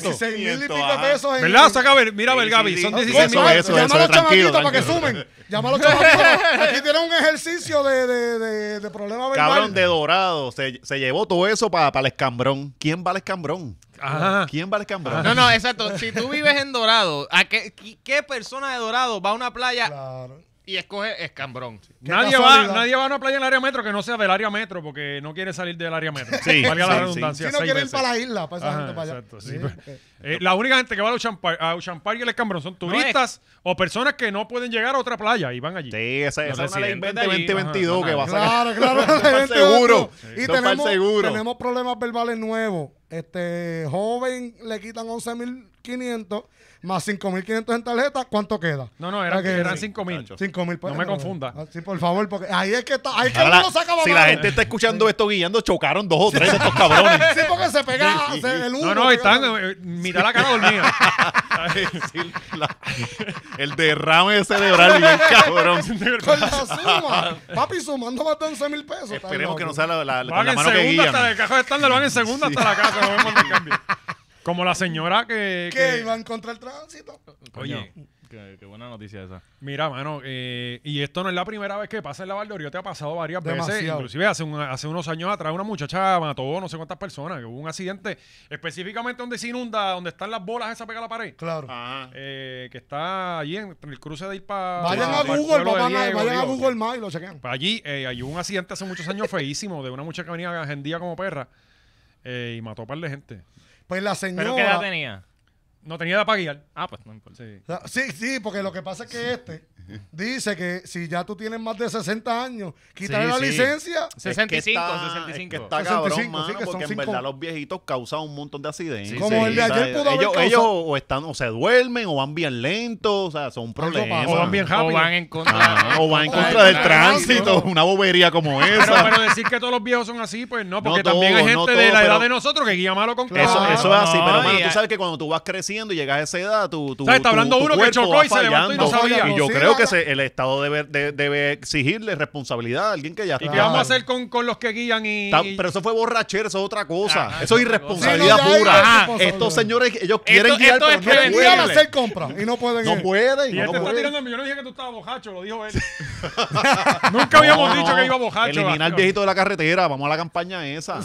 16 mil y pico
Ajá.
pesos. en-
¿Verdad? Saca, a ver, mira, a ver,
Sí,
Gaby,
sí,
son
sí.
16
Eso,
mil.
eso,
Llama
eso,
a los
tranquilo,
chamaquitos para que
tranquilo.
sumen. Llama a los chamaquitos. Aquí tienen un ejercicio de, de, de, de problema verbal.
Cabrón de dorado, se, se llevó todo eso para el escambrón. ¿Quién va al escambrón?
Ajá.
¿Quién va al escambrón?
Ah. No, no, exacto. Si tú vives en Dorado, ¿a qué, qué- qué persona de Dorado va a una playa
Claro.
y escoge escambrón?
Qué
Nadie va,
casualidad.
nadie va a una playa en el área metro que no sea del área metro porque no quiere salir del área metro.
Sí,
Valga la
sí, sí.
redundancia.
Si no
seis
quieren ir
veces.
para la isla, para esa
Ajá,
gente para allá.
exacto, sí.
porque-
Eh, la única gente que va a Ocean Park, a Ocean Park y el Escambrón son
es-
turistas o personas que no pueden llegar a otra playa y van allí.
Sí, esa, esa es una ley
residentes de allí,
2022
ajá,
que va a sacar.
Claro, claro.
Son para el
gente va
seguro.
todo.
Sí.
Y
Son para el
tenemos,
seguro.
tenemos problemas verbales nuevos. Este joven le quitan 11.500 más 5.500 en tarjeta. ¿Cuánto queda?
No, no, eran,
Ok,
eran
Ah, sí.
5 mil.
Tacho.
5.000
No me confunda.
Ah, Sí, por favor, porque ahí es que está. Ahí es que
Ahora la-
uno lo saca
si la
mamado.
gente está escuchando esto guiando, chocaron dos o tres de estos cabrones.
Sí, porque se pega se- el
No,
uno.
no,
pega-
están eh, eh, mitad la cara dormida.
Sí, la- el derrame cerebral bien cabrón.
Con la suma. Papi, sumando más de 11 mil pesos. está
Esperemos que
loco.
no sea la, la- con
Van
la
en
mano que
segunda hasta el
guían.
cajón de estándar, van en segunda hasta la casa. no vemos el cambio. Como la señora que.
Que iban contra el tránsito.
Oye, qué, qué buena noticia esa.
Mira, mano, eh, y esto no es la primera vez que pasa en la Valdorio, te ha pasado varias veces.
Demasiado.
Inclusive hace, un- hace unos años atrás una muchacha mató no sé cuántas personas, que hubo un accidente específicamente donde se inunda, donde están las bolas esa pega a la pared.
Claro.
Ajá.
eh, que está allí en el cruce de ir para...
Vayan a Google, papá, vayan a Google más y lo chequen.
Allí eh, hay un accidente hace muchos años feísimo de una muchacha que venía agendía como perra eh, y mató a un par de gente.
Pues la
¿Pero qué edad
señora.
tenía?
No tenía edad para guiar.
Ah, pues no importa.
Sí.
Sí, sí, porque lo que pasa es que este dice que si ya tú tienes más de 60 años, quitarle
Sí,
la
sí.
licencia.
Es que
65,
está-
65.
Es que
65,
está cabrón, mano,
sí, que son
porque en
cinco.
verdad los viejitos causan un montón de accidentes.
Sí,
Como el de
o sea,
ayer pudo haber
ellos,
causado-
ellos o están, o se duermen, o van bien lentos, o sea, son un problema.
pasa.
O van bien
O
rápido.
van en contra.
Ah, o van en contra
Ay,
del
claro.
tránsito, una bobería como
Pero,
esa.
pero decir que todos los viejos son así, pues no, porque
No
también hay gente
todos, no
de la
todos,
edad
pero-
de nosotros que guía malo con Ah,
Eso,
Claro.
eso es así, pero
No,
mano,
y-
tú sabes que cuando tú vas creciendo y llegas a esa edad, tú, tú,
¿Sabes? Está
tu-
hablando
tu
uno que
cuerpo
chocó
va
y se levantó y no
fallando.
sabía.
Y yo
Sí,
creo
la-
que se- el Estado debe, de- debe exigirle responsabilidad a alguien que ya
¿Y
está.
qué vamos a hacer con, con los que guían y...?
Está-
y-
pero eso fue borrachera, eso es otra cosa.
Ajá,
eso es
eso es otra cosa.
irresponsabilidad
Sí, no, ya hay
pura.
irresponsabilidad.
Estos señores, ellos quieren
Esto-
guiar,
esto es
pero no
Qué
Pueden ir a
pueden.
hacer compras y no pueden
No
ir.
pueden.
y
no
este está
pueden.
tirando... Yo no dije que tú estabas bojacho, lo dijo él. Nunca habíamos
No,
dicho que iba bojacho.
Elimina al
Gastón.
viejito de la carretera. Vamos a la campaña esa.
Ah,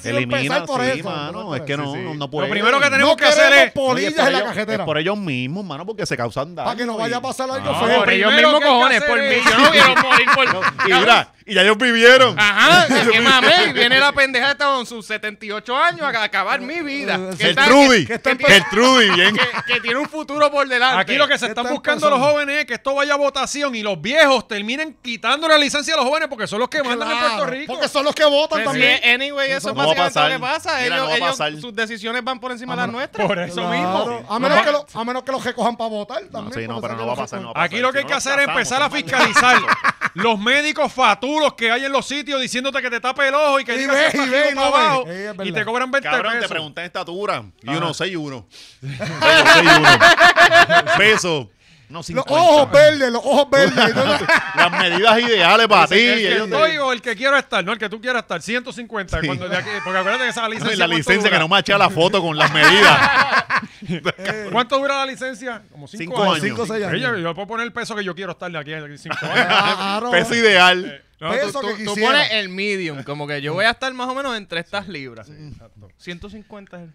Sí,
Elimina,
empezar por
sí,
eso, empezar
mano. Es
por
que
eso.
no, no, no
Lo
puede.
primero que tenemos
No
que hacer
queremos
es...
Oye, es
polillas
por
en la
ellos-
carretera.
Es por ellos mismos, mano, porque se causan daño.
Para que no vaya a pasar algo
Ah,
feo.
por ellos
primero
mismos
que hay que
cojones, por
hacer
mí.
es-
Yo no quiero morir por.
Y mira, y ya ellos vivieron.
Ah, Ajá, que mame. Y viene la pendeja esta con sus 78 años a acabar mi vida.
Eh,
Que
El
está-
Trudy.
que- que
El
tiene-
Trudy, bien.
que- que tiene un futuro por delante.
Aquí lo que se
¿Qué
están
están
buscando los
pasando?
jóvenes es que esto vaya a votación y los viejos terminen quitando la licencia a los jóvenes porque son los que mandan en Puerto
Claro,
Rico.
Porque son los que votan
Pues
también.
sí, anyway, eso es
No va a
básicamente lo que
pasar.
pasa.
Mira,
ellos,
no va a
ellos-
pasar.
sus decisiones van por encima de las nuestras.
Por eso
Claro,
mismo.
A menos, que lo- a menos que los recojan para votar
No,
también.
sí, no,
porque
pero
si
no va a pasar. no va a pasar.
Aquí lo que
Si
hay
no
que
los
hacer es
casamos,
empezar a
son mal-
fiscalizar. Los médicos culos que hay en los sitios diciéndote que te tape el ojo y que
Y
digas
ve,
que
y
está
ve,
arriba para
y no ve.
abajo,
Sí, es
y te
verdad.
cobran 20
Cabrón, te
pesos.
preguntan estatura. Y
este Ajá.
uno, 6'1". 6'1". Peso. No,
Los
50.
ojos verdes, los ojos verdes. Entonces,
Las medidas ideales para ti.
el
y
que
ellos te-
estoy o el que quiero estar, no el que tú quieras estar, 150.
Sí.
Cuando de aquí, porque acuérdate que esa
No,
licencia.
y la
¿cuánto
licencia
dura?
que no machea la foto con las medidas.
¿Cuánto dura la licencia? Como 5
Cinco
años.
años.
cinco o seis
Ella,
años.
yo puedo poner el peso que yo quiero estar de aquí a 5 años.
Claro.
Peso ideal.
No,
Peso
tú-
que
tú-
Tú
Quisiera.
pones el medium, como que yo voy a estar más o menos entre estas libras. 150 es el-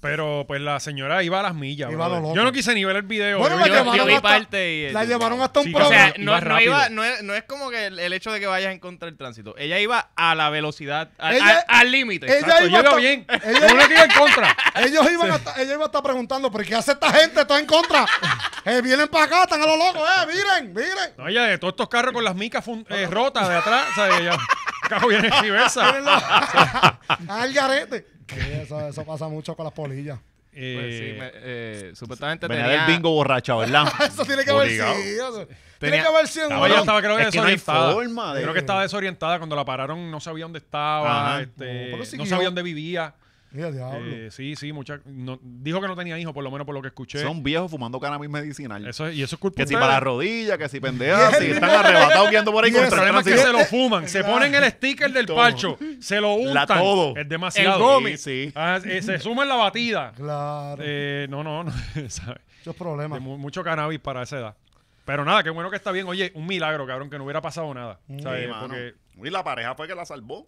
Pero pues la señora iba a las millas.
Iba a lo
brother.
loco.
Yo no quise ni ver el video.
Bueno,
yo
la
vi-
Yo- yo
llamaron
vi
hasta,
parte y-
la llevaron hasta un
Sí,
O
Pero
sea,
programa.
iba
no, no,
rápido.
iba, no, es, no es como que el, el hecho de que vayas en contra del tránsito. Ella iba a la velocidad, a-
Ella-
a- al límite.
ella
Exacto,
iba
yo iba
hasta-
bien.
ella-
No le iba en contra.
Ellos iban hasta- ella iba a estar preguntando, ¿por qué hace esta gente? Está en contra. Eh, vienen para acá, están a lo loco, eh, miren, miren.
No, ella de todos estos carros con las micas fun- eh, rotas de atrás. O sea, ella, el carro viene
Pues
diversa.
Al garete. Sí, eso, eso pasa mucho con las polillas.
Eh,
Pues sí, me- eh, supuestamente
Venía
tenía...
del bingo borracha, ¿verdad?
Eso tiene que haber
Obligado.
sido. eso. Tiene
Tenía-
que haber sido.
no,
un-
ella estaba creo que
es que no hay
desorientada.
forma de- Ah,
Creo que estaba desorientada cuando la pararon, no sabía dónde estaba,
Ajá.
este,
No, pero
no
siguió.
sabía dónde vivía.
Mira, diablo.
Eh, sí, sí, mucha, no- dijo que no tenía hijos, por lo menos por lo que escuché.
Son viejos fumando cannabis medicinal.
Eso es- y eso es culpa
Que si
ustedes.
para la rodilla, que si pendeja,
Bien.
si están arrebatados guiando por ahí
Y
El
Eso,
contra el
problema es que
tránsito.
se lo fuman, se ponen el sticker del
Todo.
palcho, se lo
La
untan.
todo.
Es demasiado.
El gómez.
Sí, sí.
Ah, eh, se suma en la batida.
Claro.
Eh, no, no, no. ¿sabes?
Muchos
De
problemas.
mu- mucho cannabis para esa edad. Pero nada, qué bueno que está bien. Oye, un milagro, cabrón, que no hubiera pasado nada. ¿sabes?
Sí, mano.
Porque-
Y la pareja fue que la salvó.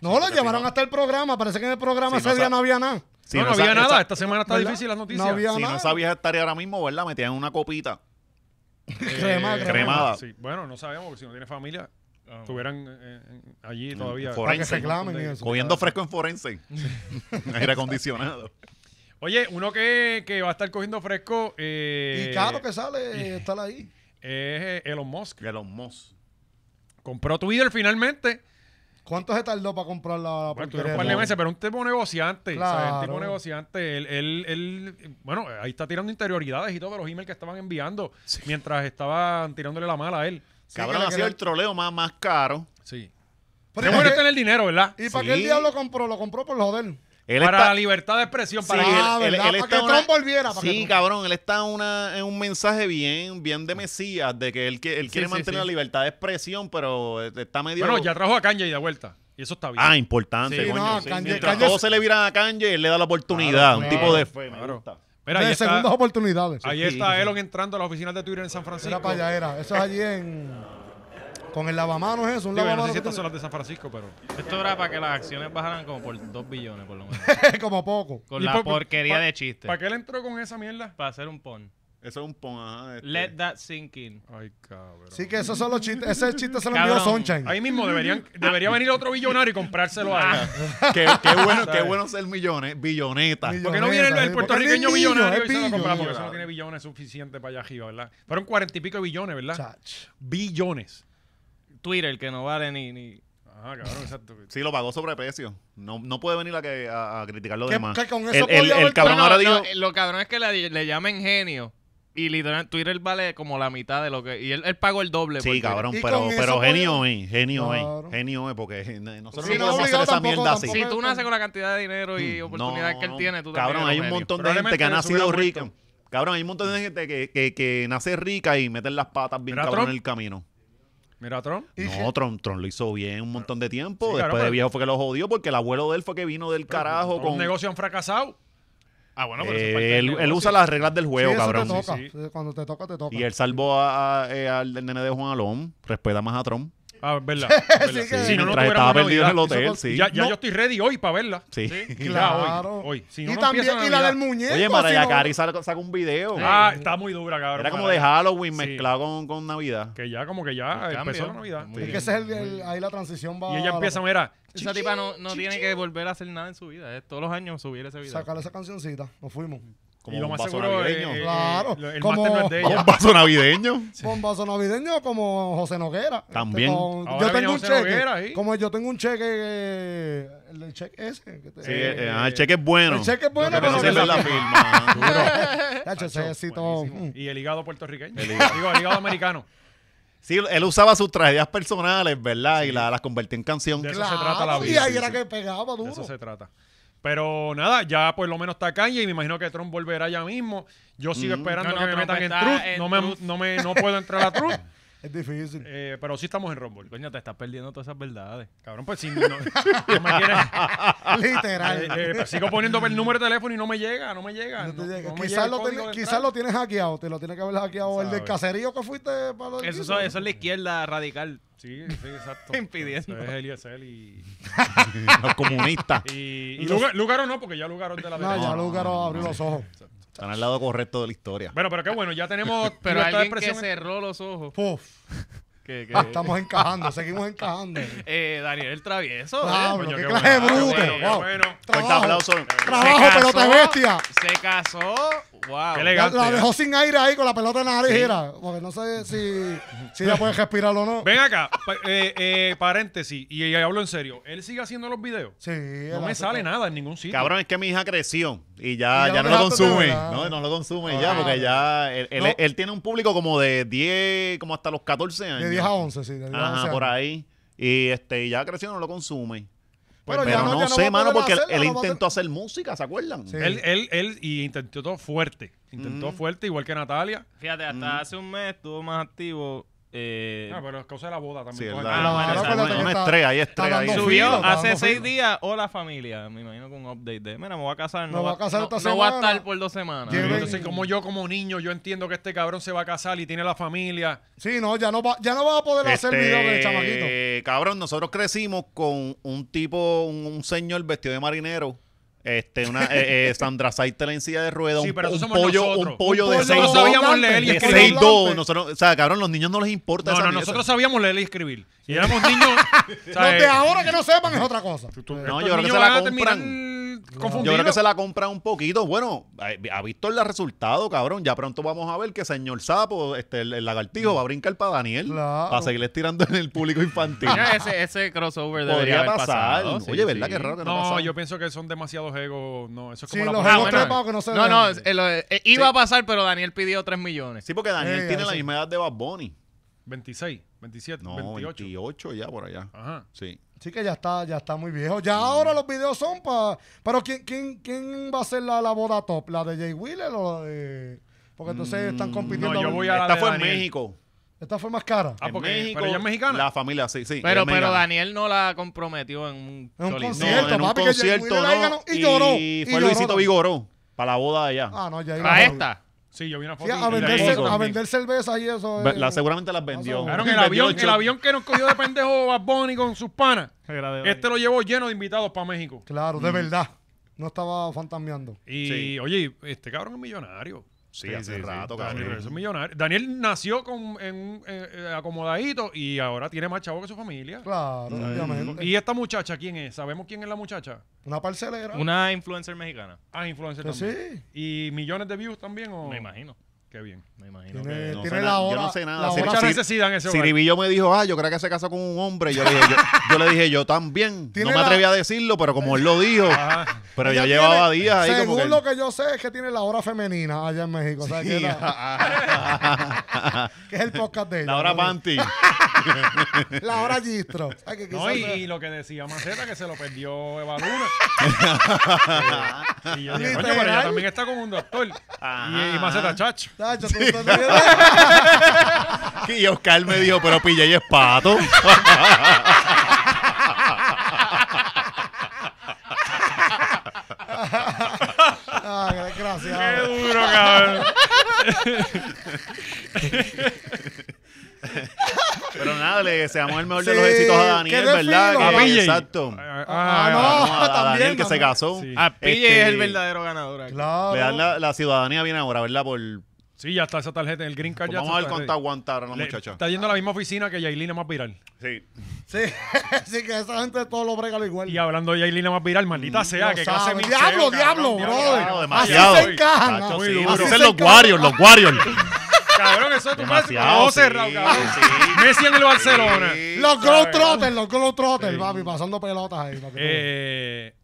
No, lo
porque
llevaron
si no-
hasta el programa. Parece que en el programa
Si
ese
no
día
sa-
no había nada.
Si
no, no
esa-
había nada.
esa-
Esta semana está
¿Verdad?
difícil las noticias.
No había
si no
nada.
sabías estaría ahora mismo, ¿verdad? Metían una copita.
crema, Ah. crema.
cremada.
Eh, Sí, Bueno, no sabemos, porque si no tiene familia, estuvieran eh, eh, allí todavía.
forense.
Para que se clamen y eso.
Cogiendo fresco en forense. Aire acondicionado.
Oye, uno que, que va a estar cogiendo fresco eh,
Y caro que sale estar ahí.
es eh, Elon Musk.
De los mos.
Compró Twitter finalmente.
¿Cuánto se tardó para comprar la
Bueno,
porquería?
tuvieron un par de
No.
meses, pero un tipo negociante.
Claro.
¿sabes? Un tipo negociante. Él, él, él, bueno, ahí está tirando interioridades y todo de los emails que estaban enviando mientras estaban tirándole la mala a él.
Sí,
Cabrón,
que
ha
le
sido el
quedan-
troleo más, más caro.
Sí.
Pero
Qué bueno
es que-
tener dinero, ¿verdad?
¿Y para
Sí.
qué el diablo compró? Lo compró por joder.
Él
para
está-
la libertad de expresión. Para
Sí,
que-
Ah, ¿verdad? Para que
en
Trump volviera, para que
sí,
Trump-
cabrón, él está en una- en un mensaje bien bien de Mesías, de que él, que, él quiere
sí,
mantener
sí.
la libertad de expresión, pero eh, está medio...
Bueno, ya trajo a Kanye de vuelta. Y eso está bien.
Ah, importante,
Sí,
coño.
no,
sí.
Kanye-
Mientras
Kanye-
todos se le viran a Kanye, él le da la oportunidad.
Claro,
un
claro,
tipo de fe, me
claro.
gusta.
Mira, ahí
de
está,
segundas oportunidades.
ahí está Elon entrando a las oficinas de Twitter en San Francisco.
Era para allá, era. Eso es allí en. Con el lavamanos, eso. Un
Digo, yo no sé
lavamanos.
si
que
estas son las de San Francisco, pero...
Esto era para que las acciones bajaran como por 2 billones, por lo menos.
tiene- Como poco.
Con
Y
la
por-
porquería
pa-
de chistes.
¿Para qué él entró con esa mierda?
Para hacer un pon.
Eso es un pon, ajá, este.
Let that sink in.
Ay, cabrón.
Sí, que esos son los chistes. Ese chiste se lo envió
Cabrón.
Sunshine.
Ahí mismo deberían, debería venir otro billonario y comprárselo a él.
qué, qué bueno, qué bueno ser millones, billoneta.
¿Por qué no viene el, el
Porque
puertorriqueño
es niño,
billonario
es
y se lo compramos?
pillo.
Porque eso no tiene billones suficientes para allá arriba, ¿verdad? Fueron cuarenta y pico de billones, ¿verdad?
Chach.
billones.
Twitter, que no vale ni... ni... Ah,
Ajá, cabrón, exacto.
Sí, lo pagó sobreprecio. No, no puede venir a, que, a, a criticar lo
Que-
demás.
que con eso
el,
podía
el- el
haber-
cabrón
No,
ahora
no,
dijo...
eh, lo cabrón es que le, le llamen genio. Y literal, Twitter vale como la mitad de lo que... Y él, él pagó el doble. por
Sí,
Twitter.
cabrón,
Y
pero,
con eso
pero
podía-
genio es, genio
Claro.
es, genio es, porque eh, nosotros
Sí,
no
no
podemos hacer
obligado
esa
tampoco,
mierda así.
tampoco.
Si tú naces con la cantidad de dinero y oportunidades
Mm, No,
que él tiene, tú también
Cabrón,
eres
hay un
genio.
montón de gente que ha
Probablemente se hubiera
nacido rica.
muerto.
Cabrón, hay un montón de gente que, que, que nace rica y meten las patas bien
Mira,
cabrón en
Trump.
el camino.
Mira, Trump.
Y
No, Tron, Tron lo hizo bien un montón de tiempo.
Sí,
Después
claro, pero-
de viejo fue que lo jodió porque el abuelo de él fue que vino del carajo
Todos Los
con...
negocios han fracasado.
Ah, bueno, pero eso es parte
Eh,
del
él, él
negocio.
usa las reglas del
Sí,
juego,
eso
cabrón.
te toca.
sí,
Sí, Cuando te toca, te toca.
Y él salvó a, a- eh, al del nene de Juan Alón. Respeta más a Tron.
Ah, es verdad. es verdad.
Sí, que-
Si no, no
mientras estaba
tuviéramos
perdido en el
Navidad.
hotel,
Eso
sí.
Ya, ya
No.
yo estoy ready hoy para verla.
sí.
Ya,
Claro.
hoy, hoy. Si no,
y
no
también,
empieza
y la
Navidad.
del muñeco.
Oye, Mariah
si no-
Carey saca, saca un video.
Ah, está muy dura, cabrón.
Era como
Mariah.
de Halloween
Sí.
mezclado con, con Navidad.
Que ya, como que
Un
ya
cambio.
empezó la Navidad.
Muy
Es que ese es el, el- ahí la transición va
Y ella
a-
empieza, mira,
Esa tipa no, no tiene que volver a hacer nada en su vida. Es todos los años subir ese video.
Sacar esa cancioncita. Nos fuimos.
Como
y lo
un
más
vaso
seguro es,
navideño.
eh,
Claro,
lo- el
como-
máster no es de
Como
ella.
un vaso navideño.
Bombazo navideño como José Noguera. Este,
También.
con-
Ahora
yo
viene
tengo un
José
cheque.
Noguera ahí.
Como yo tengo un cheque. eh, el del cheque ese. que te-
Sí,
Eh,
eh, ah, el cheque es bueno.
el cheque es bueno,
Lo que
pero
pasa es
no-
la firma.
Tacho, ese éxito.
Buenísimo.
mm.
Y el hígado puertorriqueño. Digo, el hígado americano.
Sí, él usaba sus tragedias personales, ¿verdad? Y la- las convertía en canción.
De eso se trata la
Claro, Y
vida,
ahí
sí,
era
sí.
que pegaba
De
duro.
eso se trata. Pero nada, ya por lo menos está Kanye y me imagino que Trump volverá ya mismo. Yo sigo esperando
No, no,
que me
Trump
metan en
está
Truth.
en
no, me,
Truth.
No, me, no puedo entrar a Truth.
Es difícil.
Eh, pero sí estamos en Rumble.
Coño, te estás perdiendo todas esas verdades.
Cabrón, pues si no, no me quieres... eh,
Literal.
eh, pues, sigo poniendo el número de teléfono y no me llega, no me llega.
No te
no-
llega.
no me llega
quizás
el
lo, ten-
código de
quizás
entrada.
lo tienes hackeado, te lo tiene que haber hackeado el del
Sabe.
caserío que fuiste para lo del
Eso,
guiso.
eso, eso es la izquierda radical.
Sí, sí, exacto.
Impidiendo.
Es Eliezer y...
Los comunistas.
Y, y Lugar, Lugaro no, porque ya Lugaro es de la
No,
derecha.
ya Lúgaro abrió los ojos.
Están al lado correcto de la historia.
Pues,
Bueno, pero qué bueno, ya tenemos
Pero
libertad de
alguien que
expresión.
cerró los ojos.
Puf, ah,
Que, que-
estamos encajando, seguimos encajando.
eh, Daniel el travieso.
Wow,
eh.
Coño,
qué
qué
clase de
bueno, qué
bruto.
bueno, qué
wow.
bueno.
Fuerte
Trabajo.
Pues, aplauso.
Se
Trabajo,
casó,
pelota bestia.
Se casó. Wow.
Qué
La,
elegante.
la dejó sin aire ahí con la pelota en la nariz, era, porque no sé si, si ella puede respirar o no.
Ven acá, pa- eh, eh, paréntesis, y, y hablo en serio. Él sigue haciendo los videos.
Sí,
No
él
me
hace
sale
todo.
nada en ningún sitio.
Cabrón, es que mi hija creció y ya,
Y ya lo
ya no lo
dejaste de
consume.
verdad.
No, no lo consume
Ah.
ya, porque ya él, él-
No.
él tiene un público como de 10, como hasta los 14 años.
De 10 a 11, sí, de 10 a 11.
Ajá, por ahí. Y este, ya creció, no lo consume. Pues,
Pero
pero
ya no-
no,
ya no va a
sé, mano,
poder
porque él,
hacerlo,
él
no va a
intentó hacer música, ¿se acuerdan?
Sí.
Él, él, él, y intentó todo fuerte. Intentó
Mm.
fuerte, igual que Natalia.
Fíjate, hasta hace un mes estuvo más activo. eh,
Ah, pero es causa de la boda
Sí,
pues,
también.
él
coge-
da-
Ah, bueno,
una-
claro,
una,
claro,
está-
estrella, hay
está
estrella. ahí.
dando
Sí.
Subió ah,
filo, está
hace
dando
seis
filo.
días. Hola familia. Me imagino con un update de. Mira, me voy a casar. No
Me voy
va-
a casar
no-
esta
No voy a
semana.
estar por dos semanas.
Lleven-
Entonces, como yo, como niño, yo entiendo que este cabrón se va a casar y tiene la familia.
Sí, no, ya no va, ya no va a poder hacer video de chamaquito.
Este, Cabrón, nosotros crecimos con un tipo, un, un señor vestido de marinero. Este, una eh, eh, Sandra Saitel en silla de rueda,
Sí,
un,
pero
po-
esos
un
somos
pollo,
nosotros.
un pollo
Un
de
pollo
seis
nosotros sabíamos leer y
de
escribir.
6'2",
Volante.
nosotros, o sea, cabrón, los niños no les importa
No,
esa
no,
mierda.
nosotros sabíamos leer y escribir. Y éramos niños. o sea,
Los de
eh,
ahora que no sepan es otra cosa.
No,
estos
yo creo que
niños
se la
van a terminar
Yo
confundidos.
creo que se la compran un poquito. Bueno, eh, ha ha visto el resultado, cabrón. Ya pronto vamos a ver que señor Sapo, este, el, el lagartijo, va a brincar para Daniel.
Mm. Claro.
Para seguirle tirando en el público infantil.
Mira, ese, ese crossover debería
Podría
haber
pasar.
pasado.
Oye,
sí,
¿verdad?
sí.
Qué raro que no,
No,
pasó.
yo pienso que son demasiados egos. No, eso es como
Sí,
la
los
política.
egos trepados que no se
No,
vean.
no, es- eh, lo- eh, iba a pasar, pero Daniel pidió 3 millones.
Sí, porque Daniel
Eh,
tiene
eso.
la misma edad de Bad Bunny.
26, 27,
No, 28.
28.
ya por allá.
Ajá.
Sí.
Sí que ya está, ya está muy viejo. Ya ahora los videos son para... Pero ¿quién, quién, ¿quién va a ser la, la boda top? ¿La de Jay Wheeler o la de...? Porque entonces están compitiendo.
no, yo voy a la
Esta
de
fue en
Daniel.
México.
Esta fue más cara.
Ah,
En
porque-
México,
pero ella es mexicana.
La familia, sí, sí. ella
Pero,
es
pero
mexicana.
Daniel no la comprometió en un,
En un
chorizo.
concierto.
No, en un
papi, que Jay
concierto,
Wheeler ahí
no,
ganó y lloró, y
Y fue
lloró
Luisito
también.
Vigoró para la boda de allá.
Ah, no, ya
No,
iba
para esta.
Sí, yo vi una foto.
Sí, a,
y- y la
vender,
hizo.
a vender cerveza y eso.
Ve-
eh.
la- seguramente las vendió.
Claro,
Claro,
el
Vendió
avión,
los
el
shows.
avión que nos cogió de pendejo Bad Bunny con sus panas. Este lo llevó lleno de invitados para México.
Claro, de verdad. No estaba fantasmeando.
Y
Sí.
oye, este cabrón es millonario.
Sí, hace rato,
Daniel
cabrón.
Reyes es millonario. Daniel nació con, en, un, eh, eh, acomodadito y ahora tiene más chavo que su familia.
Claro, obviamente.
¿Y esta muchacha quién es? ¿Sabemos quién es la muchacha?
Una parcelera.
Una influencer mexicana.
Ah, influencer
Que
Pues
también. ¿Y millones de views también? O?
Me imagino.
Qué bien.
Me imagino
Tiene,
que.
no
tiene
sé
la
nada,
hora.
yo no sé nada,
la
si-
hora-
Mucha
Siri-
necesidad en ese hogar.
Siribillo me dijo, ah, yo creo que se casó con un hombre. Yo le dije, yo, yo le dije, yo también. No
Tiene
me
la-
atreví a decirlo, pero como él lo dijo,
Ajá.
pero
Ella
yo llevaba
tiene-
días ahí
Según
como que...
lo que yo sé es que tiene la hora femenina allá en México. O sea, que, la- que es el podcast de ella.
La hora
¿no?
panty.
La hora gistro. O sea, que
No,
quizás
y,
sea-
y lo que decía Maceta, que se lo perdió Eva Luna. Eh, y yo dije, coño,
Literal.
pero ella también está como un doctor. Y, y Maceta, chacho.
Tacho, tú- tú- tú-
Y Oscar me dijo, pero PJ es pato.
Ah, qué desgraciado.
Qué duro, cabrón.
pero nada, le deseamos el mejor de
Sí,
los éxitos a
qué
Daniel,
de
¿verdad?
fino.
Que-
A
PJ.
exacto.
Ah,
Ah, no,
ah,
a, a
también,
Daniel que se
también.
casó.
Sí.
Ah, PJ es
Este-
el verdadero ganador aquí.
Claro.
Le dan la, la ciudadanía bien ahora, ¿verdad? Por,
Sí, ya está esa tarjeta, el green card
pues
ya
vamos a ver
está
cuánto
ready.
aguantaron los
Le-
muchachos.
Está yendo a la misma oficina que Yailina más viral.
Sí.
Sí, sí, que esa gente todo lo brega lo igual.
Y hablando de Yailina más viral, maldita sea,
lo
que
Mm, sabe.
clase de mixeo,
Diablo, diablo,
cabrón,
brother.
diablo.
demasiado.
Así se encajan.
Chacho,
Así se
sí, así
encajan.
son los Warriors, los Warriors.
Cabrón, eso es tu clase
Demasiado,
todo
sí,
cerrado, cabrón.
sí.
Messi en el Barcelona.
Los Globetrotters, los Globetrotters, papi, pasando pelotas ahí. para que tú veas.
Eh,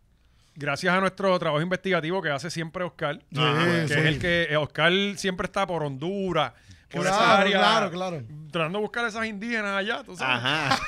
gracias a nuestro trabajo investigativo que hace siempre Oscar,
Ah,
que
sí,
es
sí.
el que eh, Oscar siempre está por Honduras, por
Claro,
esa área.
claro, claro.
Tratando de buscar a esas indígenas allá, tú sabes.
Ajá.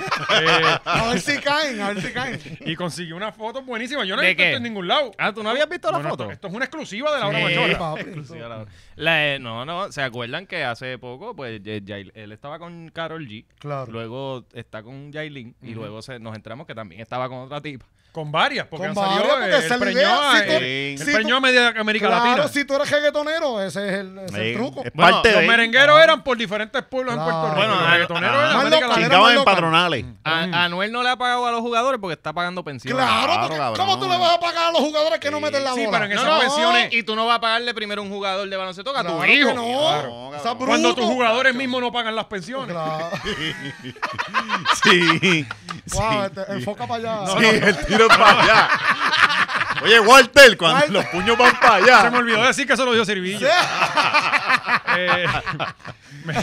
Eh,
A ver si caen, a ver si caen.
y consiguió una foto buenísima. Yo no
¿De
he visto
qué?
esto en ningún lado.
Ah, ¿tú no habías visto la
No, no,
foto?
Esto, esto es una exclusiva de la obra
Sí,
mayor.
papi.
exclusiva la hora. La, eh, no, no, ¿se acuerdan que hace poco, pues, eh, Yael- él estaba con Carol G?
Claro.
Luego está con Yailin y luego se, nos entramos que también estaba con otra tipa.
Con varias, porque
Con
han salido
varias, porque
eh,
esa
el
es la
preñó
idea.
a,
Si tú-
eh,
si
el
tú-
preñó a media América
Claro,
Latina.
si tú eres reggaetonero, ese es el, ese es el
Sí,
truco.
es
Bueno,
parte
Los
de-
merengueros eran por diferentes pueblos
Claro.
en Puerto Rico.
Bueno,
Los
ah,
reggaetoneros
ah,
eran
más
América
local,
Latina.
era más
Chingaban en
local.
patronales.
A, Anuel no le ha pagado a los jugadores porque está pagando pensiones.
Claro,
Claro,
porque
cabrón.
¿cómo tú le vas a pagar a los jugadores que no meten la bola?
sí, pero en
No,
esas
no,
pensiones-
y tú no vas a pagarle primero a un jugador de baloncesto que a tu
Claro que
hijo.
no.
Claro,
O sea,
cabrón.
Cuando
bruto.
tus jugadores mismos no pagan las pensiones.
Claro.
Sí.
Wow,
sí.
este, enfoca para allá.
Sí, el tiro es para allá. Oye, Walter, cuando
Walter.
los puños van para
Se me
allá.
olvidó decir que eso lo dio Servilla. Eh, me-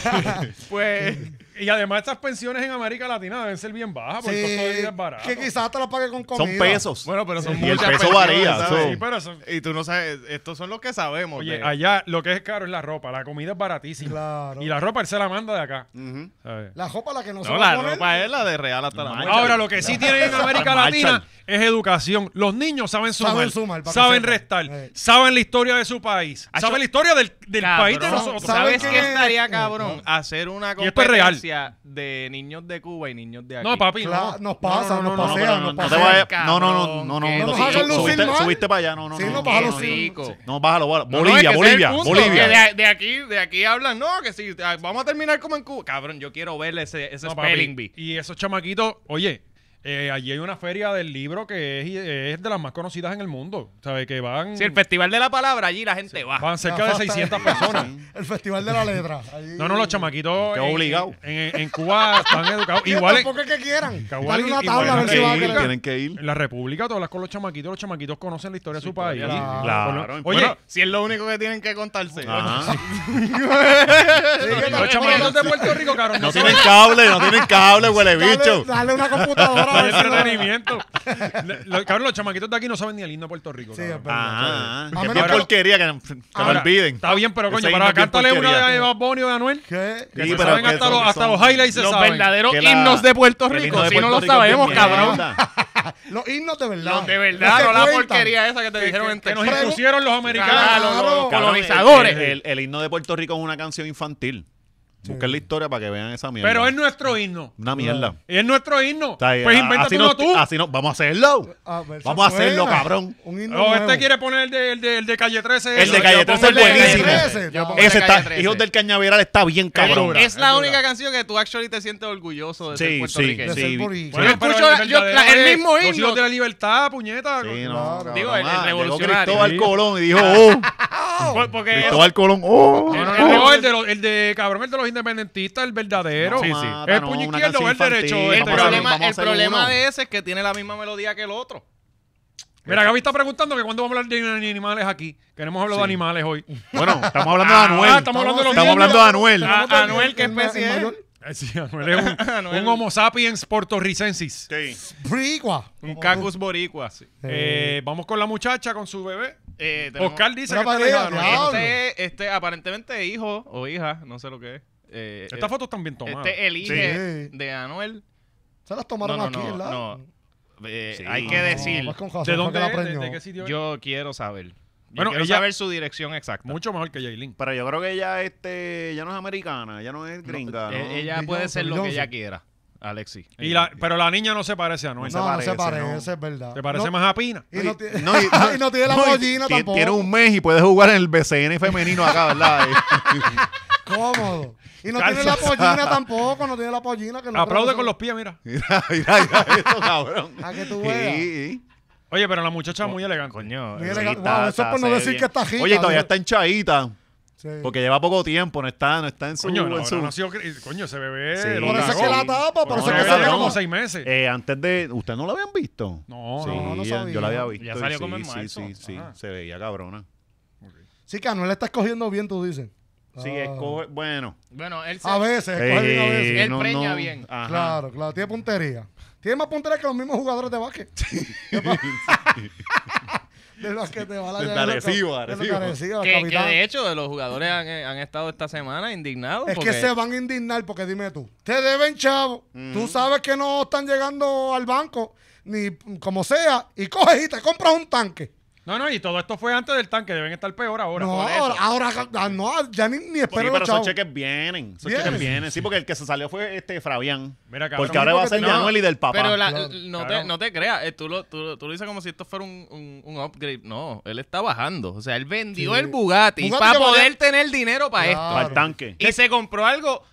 pues, y además estas pensiones en América Latina deben ser bien bajas porque el costo de vida es pues, barato.
que quizás te la pague con comida.
Son pesos.
Bueno, pero son
Sí. Y el
muchas
peso
pensiones,
varía.
¿sabes?
so-
Sí, pero eso-
Y tú no sabes, estos son los que sabemos.
Oye,
de-
allá lo que es caro es la ropa, la comida es baratísima.
Claro.
Y la ropa él se la manda de acá.
Ujú.
¿sabes?
La ropa la que no, se
no,
va a
la
poner.
ropa es la de Real hasta la muerte.
Ahora, lo que sí tienen en América Latina
Marshall.
es educación. Los niños saben sumar,
Saben
saben,
sumar, para que sepa.
restar,
Eh.
saben la historia de su país,
Hacho-
saben la historia del, del
Cabrón,
país de nosotros.
¿Saben
¿Sabes
qué?
qué estaría cabrón? Hacer una
Y esto es real.
competencia de niños de Cuba y niños de aquí.
No, papi, no.
Cla- nos pasa,
No, no, no,
nos
no,
pasea,
no,
nos
no, no te
pasea.
vayas- no, no, no,
Cabrón,
no, no,
que
no,
no
sí,
hagan lucir
subiste,
mal.
subiste para allá, no, no,
Sí,
no,
no, baja
Qué
los
rico.
no, bájalo, bájalo.
No, no,
Bolivia,
es que ese es el
Bolivia,
punto,
Bolivia.
que De, de aquí, de aquí hablan, no, que si ah, vamos a terminar como en Cuba. Cabrón, yo quiero ver ese, ese
No, papi.
spelling bee.
Y esos chamaquitos, oye, eh, allí hay una feria del libro que es, es de las más conocidas en el mundo. ¿Sabes? Que van,
Si el festival de la palabra allí la gente va.
van cerca
La
de
pasta-
600 personas.
El festival de la letra. Ahí-
No, no, los chamaquitos
Qué
en-
obligado.
En, en Cuba están educados.
Sí,
Igual en,
Tampoco es que quieran.
Caguán,
Dale una
igual
tabla a ver
no
si va a
creí,
Tienen que ir,
querer.
tienen que ir.
en la República, todas las con los chamaquitos, los chamaquitos conocen la historia de su país.
claro.
Claro.
Oye,
Bueno,
Si es lo único que tienen que contarse.
Ajá.
Sí, que
los
tampoco-
chamaquitos de Puerto Rico, cabrón,
No tienen cable, no tienen cable, huele
dale-
bicho.
Dale una computadora. a
No hay
ver si va-
entretenimiento. Le- lo- cabrón, los chamaquitos de aquí no saben ni el himno de Puerto Rico.
Sí,
cabrón.
es verdad.
Ajá.
A
Que
menos
bien
que-
porquería que, que me
Ahora,
olviden.
Está bien, pero
Ese
coño,
himno
para
es bien
cántale
porquería.
una de Bad Bunny o de Anuel.
¿Qué?
Que
Sí,
se
pero
saben
que
hasta,
son-
los, hasta
son-
los highlights se
Los
saben.
verdaderos
Que la-
himnos de Puerto
el
Rico.
himno de
si no
Puerto
lo
Rico es
sabemos,
bien
cabrón.
mierda.
Los himnos de verdad.
Los de
Los
verdad,
que
no la
cuentan.
porquería esa que te dijeron en
Que nos
tercero.
impusieron los
Claro,
americanos.
los- los
Cabrón,
colonizadores.
El, el- el himno de Puerto Rico es una canción infantil. Busquen la historia para que vean esa mierda.
Pero es nuestro himno.
una mierda.
Es nuestro himno.
Está bien.
Pues
Ah,
invéntate
así
uno
no-
tú.
Así no, vamos a hacerlo.
ver si
Vamos a hacerlo,
Ah, pues, suena.
cabrón.
Un himno
O
nuevo.
este quiere poner el de, el de, el de Calle 13.
El de
Yo-
Calle
yo
13
pongo
es
el de Calle
buenísimo.
13.
Yo pongo
el de
Ese
Calle
está,
13.
Hijos del Cañaveral está bien cabrón.
dura.
Es la
es
única
dura.
canción que tú actually te sientes orgulloso de
Sí,
ser
sí,
puertorriqueño.
De
sí.
ser boricua.
Bueno,
pero
escucho la- yo- la- el
verdadero es
mismo
Los
himno.
hijos de la libertad, puñeta.
Sí, no,
Claro.
cabrón.
Digo, el- el
Ah, llegó
revolucionario.
Cristóbal
Sí. Ah,
Colón y dijo, oh,
Por- Porque
Cristóbal Colón, oh.
No, no,
Oh.
no, no, el, de los- el de cabrón, el de los independentistas, el verdadero.
Sí, sí.
El
Mátano,
puño
una
izquierdo o el
canción
derecho.
infantil,
este
el
vamos
cabrón.
a hacer-
problema,
vamos a
el
hacer
problema
uno.
de ese es que tiene la misma melodía que el otro.
Mira, Gaby está preguntando que cuándo vamos a hablar de animales aquí. Queremos hablar de animales hoy.
Bueno, estamos hablando de Anuel.
Ah, estamos hablando de los
Estamos
niños.
hablando de Anuel.
Ah,
Tenemos el-
Anuel, ¿qué
el ma-
especie
el
es?
mayor.
Eh, Sí, Anuel es un,
Anuel.
un homo sapiens puertorricensis.
Sí.
Boricua.
Un cacus boricua. sí.
Eh, vamos con la muchacha, con su bebé.
Eh, tenemos-
Oscar dice
Una
que está
pareja,
lejano.
diablo.
Este, este aparentemente hijo o hija, no sé lo que es. Eh,
Estas
eh,
fotos están bien tomadas.
este el hijo
Sí.
de Anuel.
Se las
No,
tomaron
no,
aquí,
no,
¿verdad?
no. Eh,
Sí.
hay
No,
que decir,
Vas con Jason,
¿De
fue
dónde
que la
es? ¿De,
preñó.
de qué sitio es?
yo quiero saber. Yo
Bueno,
quiero
ella-
saber su dirección exacta.
Mucho mejor que Jailin.
Pero yo creo que ella este, ya no es americana, ya no es
e-
Ah,
gringa, ¿no?
Eh, ella
Beyoncé,
puede ser lo que
Beyoncé.
ella quiera, Eh, Alexi.
Y la, pero la niña no se parece a Noel.
se
No, no se
parece,
parece,
no.
es verdad.
Se parece
No-
más a Pina.
Y no, tiene-
No, y- no,
y no tiene la
no, y
pollina
ti-
tampoco.
Tiene un mes y puede jugar en el BCN femenino acá, ¿verdad?
Cómodo. Y no
Calza.
tiene la pollina tampoco, no tiene la pollina. Que no
Aplaude con
creo que sea-
los pies, mira.
mira, mira, mira eso, cabrón.
A que tú veas.
Sí, sí.
Oye, pero la muchacha muy elegante.
Coño,
Mira,
eh,
Sí,
wow,
está-
eso es
está-
por no
se ve
decir
bien.
que está jica,
Oye, todavía
mira.
está en Chaita,
Sí.
porque lleva poco tiempo, no está, no está en su...
Coño,
en
no, no,
su-
nació cri- coño, ese bebé.
Sí.
lo
Por eso es que
cagó.
la tapa, por
Bueno,
eso es que
bebé
se
tiene
cabrón.
como
llama.
seis meses.
Eh, antes de... ¿Usted no lo habían visto?
No,
Sí,
no, no
yo la
sabía.
había visto.
Ya salió
y
como en
sí,
marzo.
Sí, sí,
Ajá.
se veía cabrona.
Sí, que Anuel está escogiendo bien, tú dices.
Sí,
Ah.
escoge... Bueno.
Bueno, él se-
A veces, escoge bien a veces.
eh,
Él preña bien.
Ajá.
Claro, claro, tiene puntería. Tiene más puntería que los mismos jugadores de básquet. de los que te van a
Desde
llevar.
Arecibo,
de los
Arecibo.
Arecibo,
Que, que
capitán.
de hecho los jugadores han, eh, han estado esta semana
Oh,
indignados.
Es
porque
que se van a indignar porque dime tú, te deben chavo,
Mm.
tú sabes que no están llegando al banco, ni como sea, y coges y te compras un tanque.
No, no, y todo esto fue antes del tanque, deben estar peor ahora.
no,
Por eso.
ahora, ahora- ah, no, ya ni, ni
Pero,
espero
pero
los
esos
chavos.
cheques vienen. Esos
Vienen.
cheques vienen. Sí, porque el que se salió fue este Fabián.
Mira, cabrón,
Porque ahora va a ser
no,
Manuel y del papá.
Pero la-
Claro,
no,
claro.
te, no te creas, eh, tú lo, tú, lo- tú lo dices como si esto fuera un, un- un upgrade. No, él está bajando. O sea, él vendió
Sí.
el Bugatti,
Bugatti
para
que valía-
poder tener dinero para
Claro.
Para el
Claro.
tanque.
esto. Y se compró algo,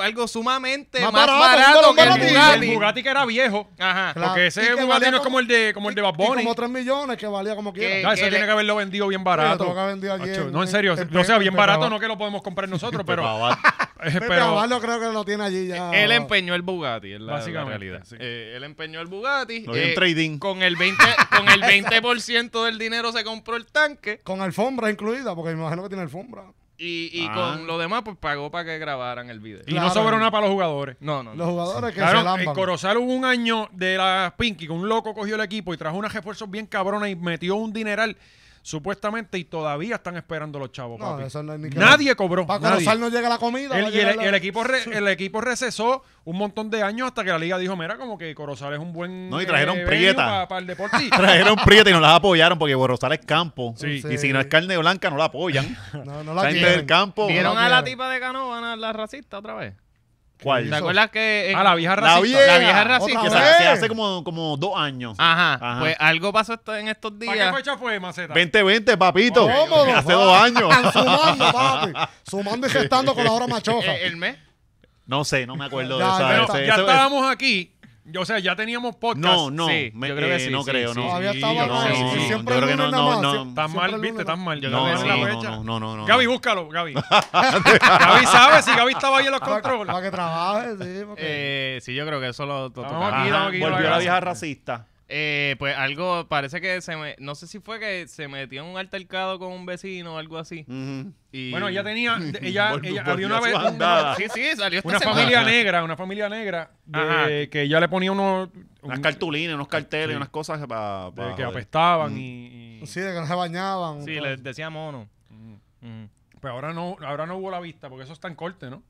algo sumamente
Más
más,
barato,
barato,
un
que el
baratillo.
Bugatti.
El Bugatti que era viejo.
Ajá.
Claro.
Porque
Y que
ese Bugatti no
valía
es
como-
como el de, como el de Bad
Y- y
Bunny.
como 3 millones que valía como quiera.
Ya, ese
que
tiene
le-
que haberlo vendido bien barato.
Oye, lo que vendió allí
Acho,
en-
no, en serio.
en- en
o sea, bien
Pepe
barato,
Abad.
no que lo podemos comprar nosotros, pero.
Papá,
eh,
Pepe
pero
Abad lo creo que lo tiene allí ya.
Él empeñó el Bugatti, es la,
Básicamente,
la realidad.
sí.
Eh, él empeñó el Bugatti.
Lo dio en
eh,
trading.
Con el 20, con el 20% del dinero se compró el tanque
Con alfombra incluida, porque me imagino que tiene alfombra.
y, y
Ah.
con lo demás pues pagó para que grabaran el video.
Y
Claro.
no sobró nada para los jugadores.
No, no, no.
Los jugadores que se
Claro, en
lamban.
Corozal hubo un año de las Pinky que un loco cogió el equipo y trajo unas refuerzos bien cabronas y metió un dineral supuestamente y todavía están esperando los chavos,
No,
papi.
eso no hay ni que-
Nadie cobró.
Para
nadie.
Corozal no llega la comida. va a
El, y el-
llegar la-
el equipo re- el equipo recesó un montón de años hasta que la liga dijo, mira, como que Corozal es un buen... eh,
No, y trajeron Prieta.
Para el deporte. Y-
Trajeron Prieta y no las apoyaron porque Borrosal es campo.
Sí.
Y si no es carne blanca, no la apoyan.
No, no
La
la
gente del
tienen.
campo.
¿Vieron
no
a la
quiere.
tipa de Canova, la racista, otra vez?
¿Cuál?
¿Te
Eso.
acuerdas que... en-
a Ah, la vieja
La
racista.
vieja.
La vieja racista.
Otra
Que
vez.
se hace hace como, como dos años.
Ajá,
Ajá.
Pues algo pasó esto- en estos
¿Para qué
días. Eh,
fecha fue, Maceta?
2020, papito.
Cómodo,
Hace
papi.
dos años.
Sumando, papi. Sumando y gestando con la hora machosa.
Eh, el mes.
No sé, no me acuerdo
Ya,
de esa.
ya
Pero
ese-
ya
ese-
estábamos aquí. O sea, ya teníamos podcast.
No, no.
Sí,
me-
yo creo que
eh,
sí,
No
sí,
creo,
sí,
no.
sí.
Todavía estaba
yo
no,
mal.
sí,
no,
sí,
Si
no,
siempre
yo creo
el
que no,
lunes nada
no,
más,
no.
si-
Tan
siempre
mal,
el
viste,
lunes
tan
nada
mal.
Yo
No,
creo
No,
que
no,
sí.
la
no,
fecha.
no, no, no, no.
Gaby, búscalo, Gaby. Gaby sabe si Gaby estaba ahí en los
más. Para,
controles.
para que trabaje, sí. Porque...
Eh, sí, yo creo que eso lo, lo
Vamos
tocaba.
aquí,
Ajá,
vamos aquí, vamos
Volvió
aquí.
la vieja racista.
Eh, pues algo, parece que se me... No sé si fue que se metió en un altercado con un vecino o algo así.
Ujú.
Y... Ah,
Bueno, ella tenía, ella,
Volvió-
ella-
volvió
había una
a su
vez
bandada.
una,
Sí, sí, salió esta
una
semana.
familia negra, una familia negra de-
Ajá.
que ella le ponía unos
Unas
un-
cartulinas, unos carteles, unas cosas para.
de que apestaban
Mm.
y, y-
Sí, de que no se bañaban.
Sí, le decía mono. Mm, Ujú.
pero pues ahora no, ahora no hubo la vista porque eso es tan corte, ¿no?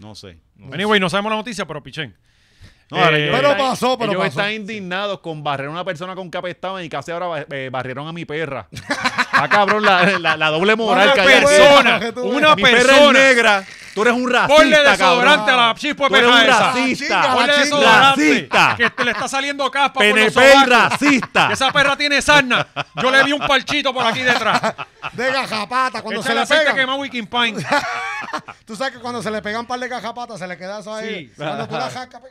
No sé.
Anyway, no sabemos la noticia, pero pichén.
No,
Eh,
ahora ellos
pero
están-
pasó, pero
ellos
pasó.
están indignados con barrer a una persona con que apestaban y casi ahora ba- eh, barrieron a mi perra. Ah, cabrón, la, la- la doble moral
Una
que hay aquí.
persona,
que tú
una
Mi perra es
persona.
negra. Tú eres un racista,
Ponle
cabrón.
desodorante a la chispa
Tú eres
peja
un
esa.
racista.
Ah,
Ponle
la chica.
desodorante.
Racista.
Que te le está saliendo caspa por los
PNP y
sobacos.
racista.
Esa perra tiene sarna. Yo le vi un parchito por aquí detrás.
De gajapata. Cuando
Echa
se
el
le
aceite
pegan.
que más Wiking Pine.
Tú sabes que cuando se le pegan un par de gajapatas, se le queda eso ahí.
Sí.
Cuando tú la jacas, pe-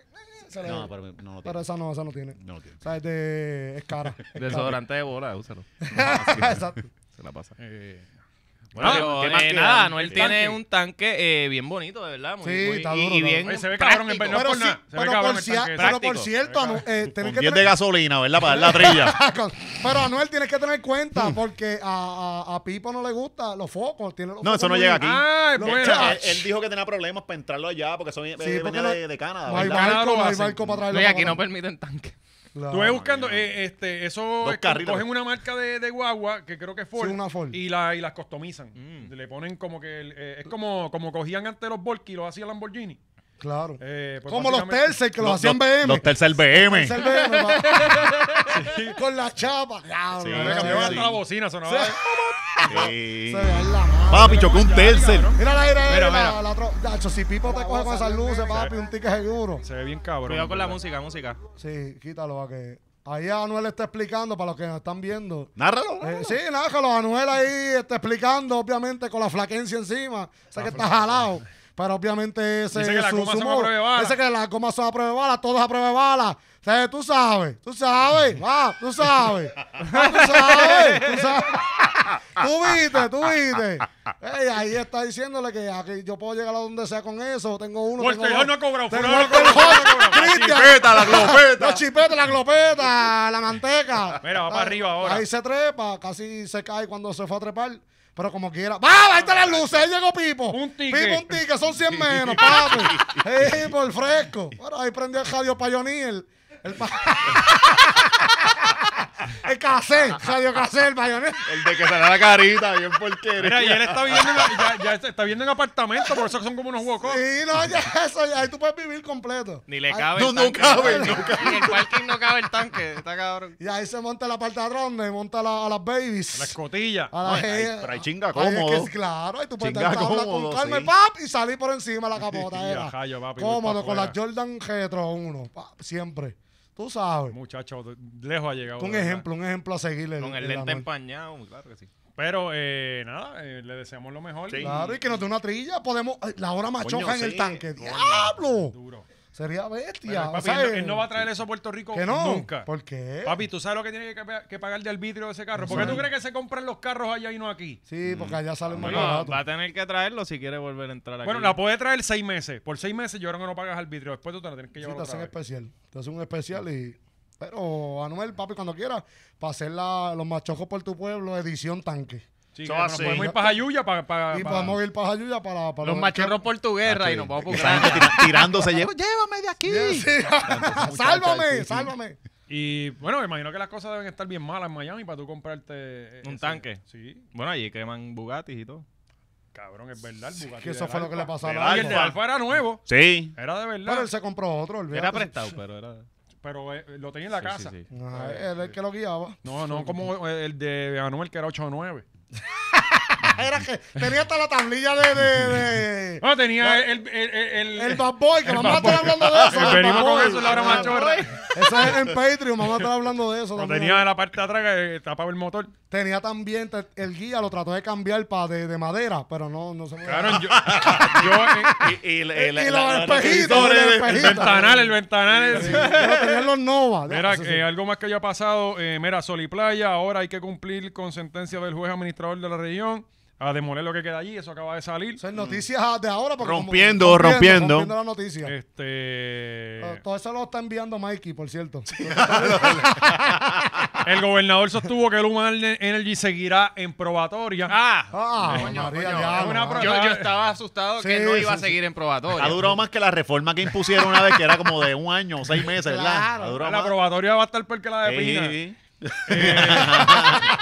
se le-
No,
pero,
pero no lo tiene.
esa no, esa no tiene.
No lo tiene.
O sea, es, de, es Ah, cara.
Desodorante de bola, úsalo. Eh,
Exacto.
Se la pasa.
Bueno,
Ah,
Pero,
¿qué más
eh,
queda?
nada, Noel
El
tiene
tanque.
un tanque eh, bien bonito, de verdad. Muy,
Sí,
muy-
está
y-
duro,
y,
está
bien
duro. Se ve cabrón,
práctico.
en verdad. No
Pero,
es por
sí,
nada, se ve
pero
cabrón
por,
el
si-
tanque.
pero por
Práctico.
cierto, Anu- eh, tenés
Con
que
10
tener
de gasolina, ¿verdad? Para dar la trilla.
Con- Pero Anuel tienes que tener cuenta porque a, a, a Pipo no le gusta los focos. Tiene los
No,
focos
eso no
muy-
llega aquí.
Ay,
Lo-
bueno.
Él, él dijo que tenía problemas para entrarlo allá porque son,
Sí, porque
venía
no-
de, de Canadá.
No hay
¿verdad?
Canadá
barco,
lo
no hay
hacen.
barco para traerlo.
No, y
para
aquí no
acá.
permiten tanque.
Claro.
Estuve buscando
mira.
eh, este, eso
Dos
es que
carriles.
cogen una marca de, de guagua que creo que es Ford,
Sí, una Ford.
Y, la, y las customizan.
Mm.
Le ponen como que el- eh, es como, como cogían antes los Volky y los hacía Lamborghini.
Claro.
Eh, pues
Como los
básicamente-
tercer que los hacían BM.
Los tercer BM.
Tercer BM, va. Con la chapa. Diablo,
Sí,
mira,
Le
mira,
cambiaban
mira.
hasta la bocina, sonaba.
Se
Sí.
ve en la madre.
Papi, chocó un tercer.
Mira la mira,
Mira,
mira,
mira.
la- la tro- Nacho, si Pipo te coge con esas luces, papi, un ticket seguro.
Se ve bien cabrón.
Cuidado con la
¿verdad?
música, música.
Sí, quítalo a que. Ahí Anuel está explicando para los que nos están viendo.
Nárralo.
Eh, sí, nada, que los Anuel ahí está explicando, obviamente, con la flaquencia encima. Sé que está jalado. Pero obviamente ese
Dice que las gomas son a
modo.
prueba de bala.
Dice que las gomas son a prueba de bala, todos a prueba de bala. O sea, tú sabes, tú sabes, va, tú sabes. Va, tú sabes, tú sabes. Tú viste, tú viste. Ey, ahí está diciéndole que aquí yo puedo llegar a donde sea con eso. Tengo uno.
Walter
tengo
Hall
dos.
no ha cobrado,
Tengo
fulano no ha
Walter
cobrado,
Hall,
no ha cobrado.
Cristian.
Chipeta, la glopeta.
Los chipetes, la glopeta, la manteca.
Mira, va para arriba ahora.
Ahí se trepa, casi se cae cuando se fue a trepar. Pero como quiera. ¡Va! Ahí están las luces, ahí llegó Pipo.
Un ticket.
Pipo, un ticket, son 100 menos, papi. ¡Eh, por fresco! Bueno, ahí prendió el radio Payoniel. El pa- El cassette, radio cassette, mayonesa.
El de que se le da la carita, bien
Mira, y
porquería.
él está viviendo en, ya, ya está viviendo en apartamento, por eso son como unos huecos.
Sí, no, ya eso, ya, ahí tú puedes vivir completo.
Ni le
Ahí-
cabe.
no,
el
no
tanque.
cabe, no
En el parking no cabe el tanque. Está cabrón.
Y ahí se monta la parte de atrás, donde monta la- a las babies.
La escotilla.
A la
Ay, ay,
gente.
pero ahí chinga
Ay, es que
cómodo.
es claro, ahí tú puedes
Chinga
dar tabla
cómodo,
con calma
sí.
pap, y salir por encima de la capota.
Y a
era.
rayo, papi, voy
cómodo,
pa'
con la
afuera.
Jordan Retro 1, pap, siempre. Tú sabes.
Muchacho, de- lejos ha llegado.
Un
de verdad.
ejemplo, un ejemplo a seguirle.
Con el lente empañado, claro que sí.
Pero eh, nada, eh, le deseamos lo mejor.
Sí.
Claro, y que nos dé una trilla, podemos. ay, La hora machoja en el
sí,
tanque.
coño.
¡Diablo!
Duro.
Sería
Pero,
bestia. o
papi,
sea, eh,
él, no- él no va a traer eso a Puerto Rico
que no.
nunca.
¿Por qué?
Papi, ¿tú sabes lo que tiene que, pa- que pagar de arbitrio de ese carro? ¿Por qué tú crees que se compran los carros allá y no aquí?
Sí, porque allá
Mm.
sale más
Bueno,
barato.
va a tener que traerlo si quiere volver a entrar aquí.
Bueno, la puede traer seis meses. Por seis meses yo creo que no pagas arbitrio. Después tú te la tienes que
Sí,
llevar
te hacen
otra vez.
especial. Te hacen un especial y. Pero, Anuel, papi, cuando quieras, para hacer la- los machojos por tu pueblo, edición tanque.
Sí,
Eso
que
va
nos
así.
podemos ir para Jayuya para... para,
y
para-
podemos ir para Jayuya para, para
Los machorros por tu guerra y nos vamos a buscar.
tirándose, llevo, llévame de aquí.
Sí, sí.
sí,
sálvame,
sí.
sálvame.
Y bueno, me imagino que las cosas deben estar bien malas en Miami para tú comprarte... eh,
Un
ese-
tanque.
Sí,
Bueno, allí queman Bugattis y todo.
cabrón, es verdad. el Bugatti
Que eso
del
fue lo que le
Alfa.
pasó a
Del
la
Y el de
Alfa.
Alfa era nuevo.
Sí.
Era de
Pero
verdad.
él se compró otro, olvídate.
Era prestado, pero era.
Pero eh, lo tenía en la
Sí,
casa.
sí, sí.
Ah, él es el que lo guiaba.
No, no, como eh, el de Anuel que era 8 o 9.
Era que tenía hasta la tablilla de. de, de-
No, tenía el... el, el, el-
el Bad Boy, que
El
vamos a
Bad
estar
Boy.
hablando de eso. del
Venimos
Bad
con
Boy.
eso en la hora
Ah,
machorra.
Eso es en Patreon, vamos a estar hablando de eso.
Lo
también.
tenía en la parte de atrás que eh, tapaba el motor.
Tenía también te- el guía, lo trató de cambiar para de, de madera, pero no, no se me
Claro, yo, yo, eh,
Y, y, la-
Y
la-
los
la- la-
espejitos,
la-
los
la-
el
espejitos.
ventanal, el ventanal.
Sí,
el-
pero tenían los Nova. Ya,
Mira,
eso sí.
eh, algo más que haya pasado. eh, mira, Sol y Playa, ahora hay que cumplir con sentencia del juez administrador de la región a demoler lo que queda allí. Eso acaba de salir.
Son noticias de ahora. Porque como-
Rompiendo, rompiendo.
Rompiendo la noticia.
Este,
Todo- Todo eso lo está enviando Mikey, por cierto.
el gobernador sostuvo que Luma Energy seguirá en probatoria.
¡Ah!
Ah, María, ya,
es una
no,
pro-
Yo, yo estaba asustado que
Sí,
no iba a
sí,
seguir en probatoria.
Ha durado más que la reforma que impusieron una vez que era como de un año o seis meses, ¿verdad?
Claro.
Ha durado
la
más.
probatoria va a estar porque la de Pina.
Sí.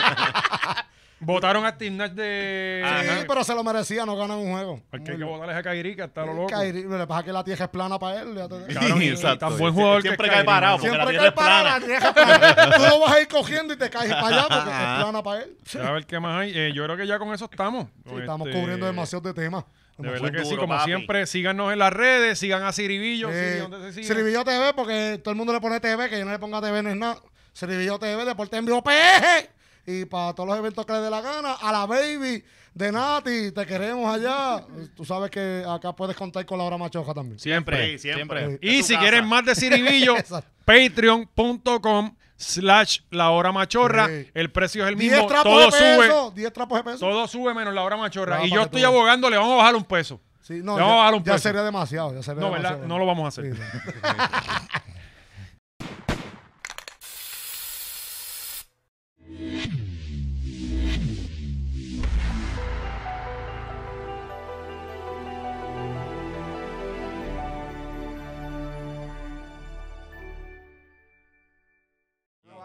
Votaron a Steve Nash de.
Sí, pero se lo merecía, no ganan un juego.
Porque hay que votar a Kairi, que está lo loco.
Kyrie, lo que pasa es que la tierra es plana para él. ya te-
Cabrón, y- y
Exacto.
tan buen jugador
Siempre
que es
cae
Kyrie,
parado
mano.
porque la
Siempre cae
tierra es
para la
plana.
tierra es plana. Tú lo vas a ir cogiendo y te caes para allá porque es plana para él. Sí,
Ya a ver qué más hay. Eh, yo creo que ya con eso estamos.
estamos
Este,
cubriendo demasiados de temas.
De
Muy
verdad que sí,
duro,
como
papi.
siempre, síganos en las redes, sigan a Ciribillo. Siri,
Eh,
¿dónde se sigue?
Siribillo TV, porque todo el mundo le pone TV, que yo no le ponga TV, no es nada. Siribillo TV, Deporte en Vivo PG. Y para todos los eventos que le dé la gana, a la baby de Nati, te queremos allá. Tú sabes que acá puedes contar con la hora machoja también.
Siempre,
Sí, siempre.
siempre.
Y
Es tu
si
casa.
quieren más de Ciribillo,
Exacto.
patreon.com slash la hora machorra.
Sí.
El precio es el
10
mismo.
trapos
Todo
de
sube.
peso. 10 trapos de peso.
Todo sube menos la hora machorra.
Ah,
y
para
yo
que
estoy
tú veas.
abogando, le vamos a bajar un peso.
Sí, no,
Le vamos a
ya,
bajar un
ya
peso.
sería demasiado. Ya sería
No,
demasiado.
¿verdad? No lo vamos a hacer.
Sí, no.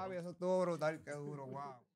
Eso estuvo brutal, qué duro, wow.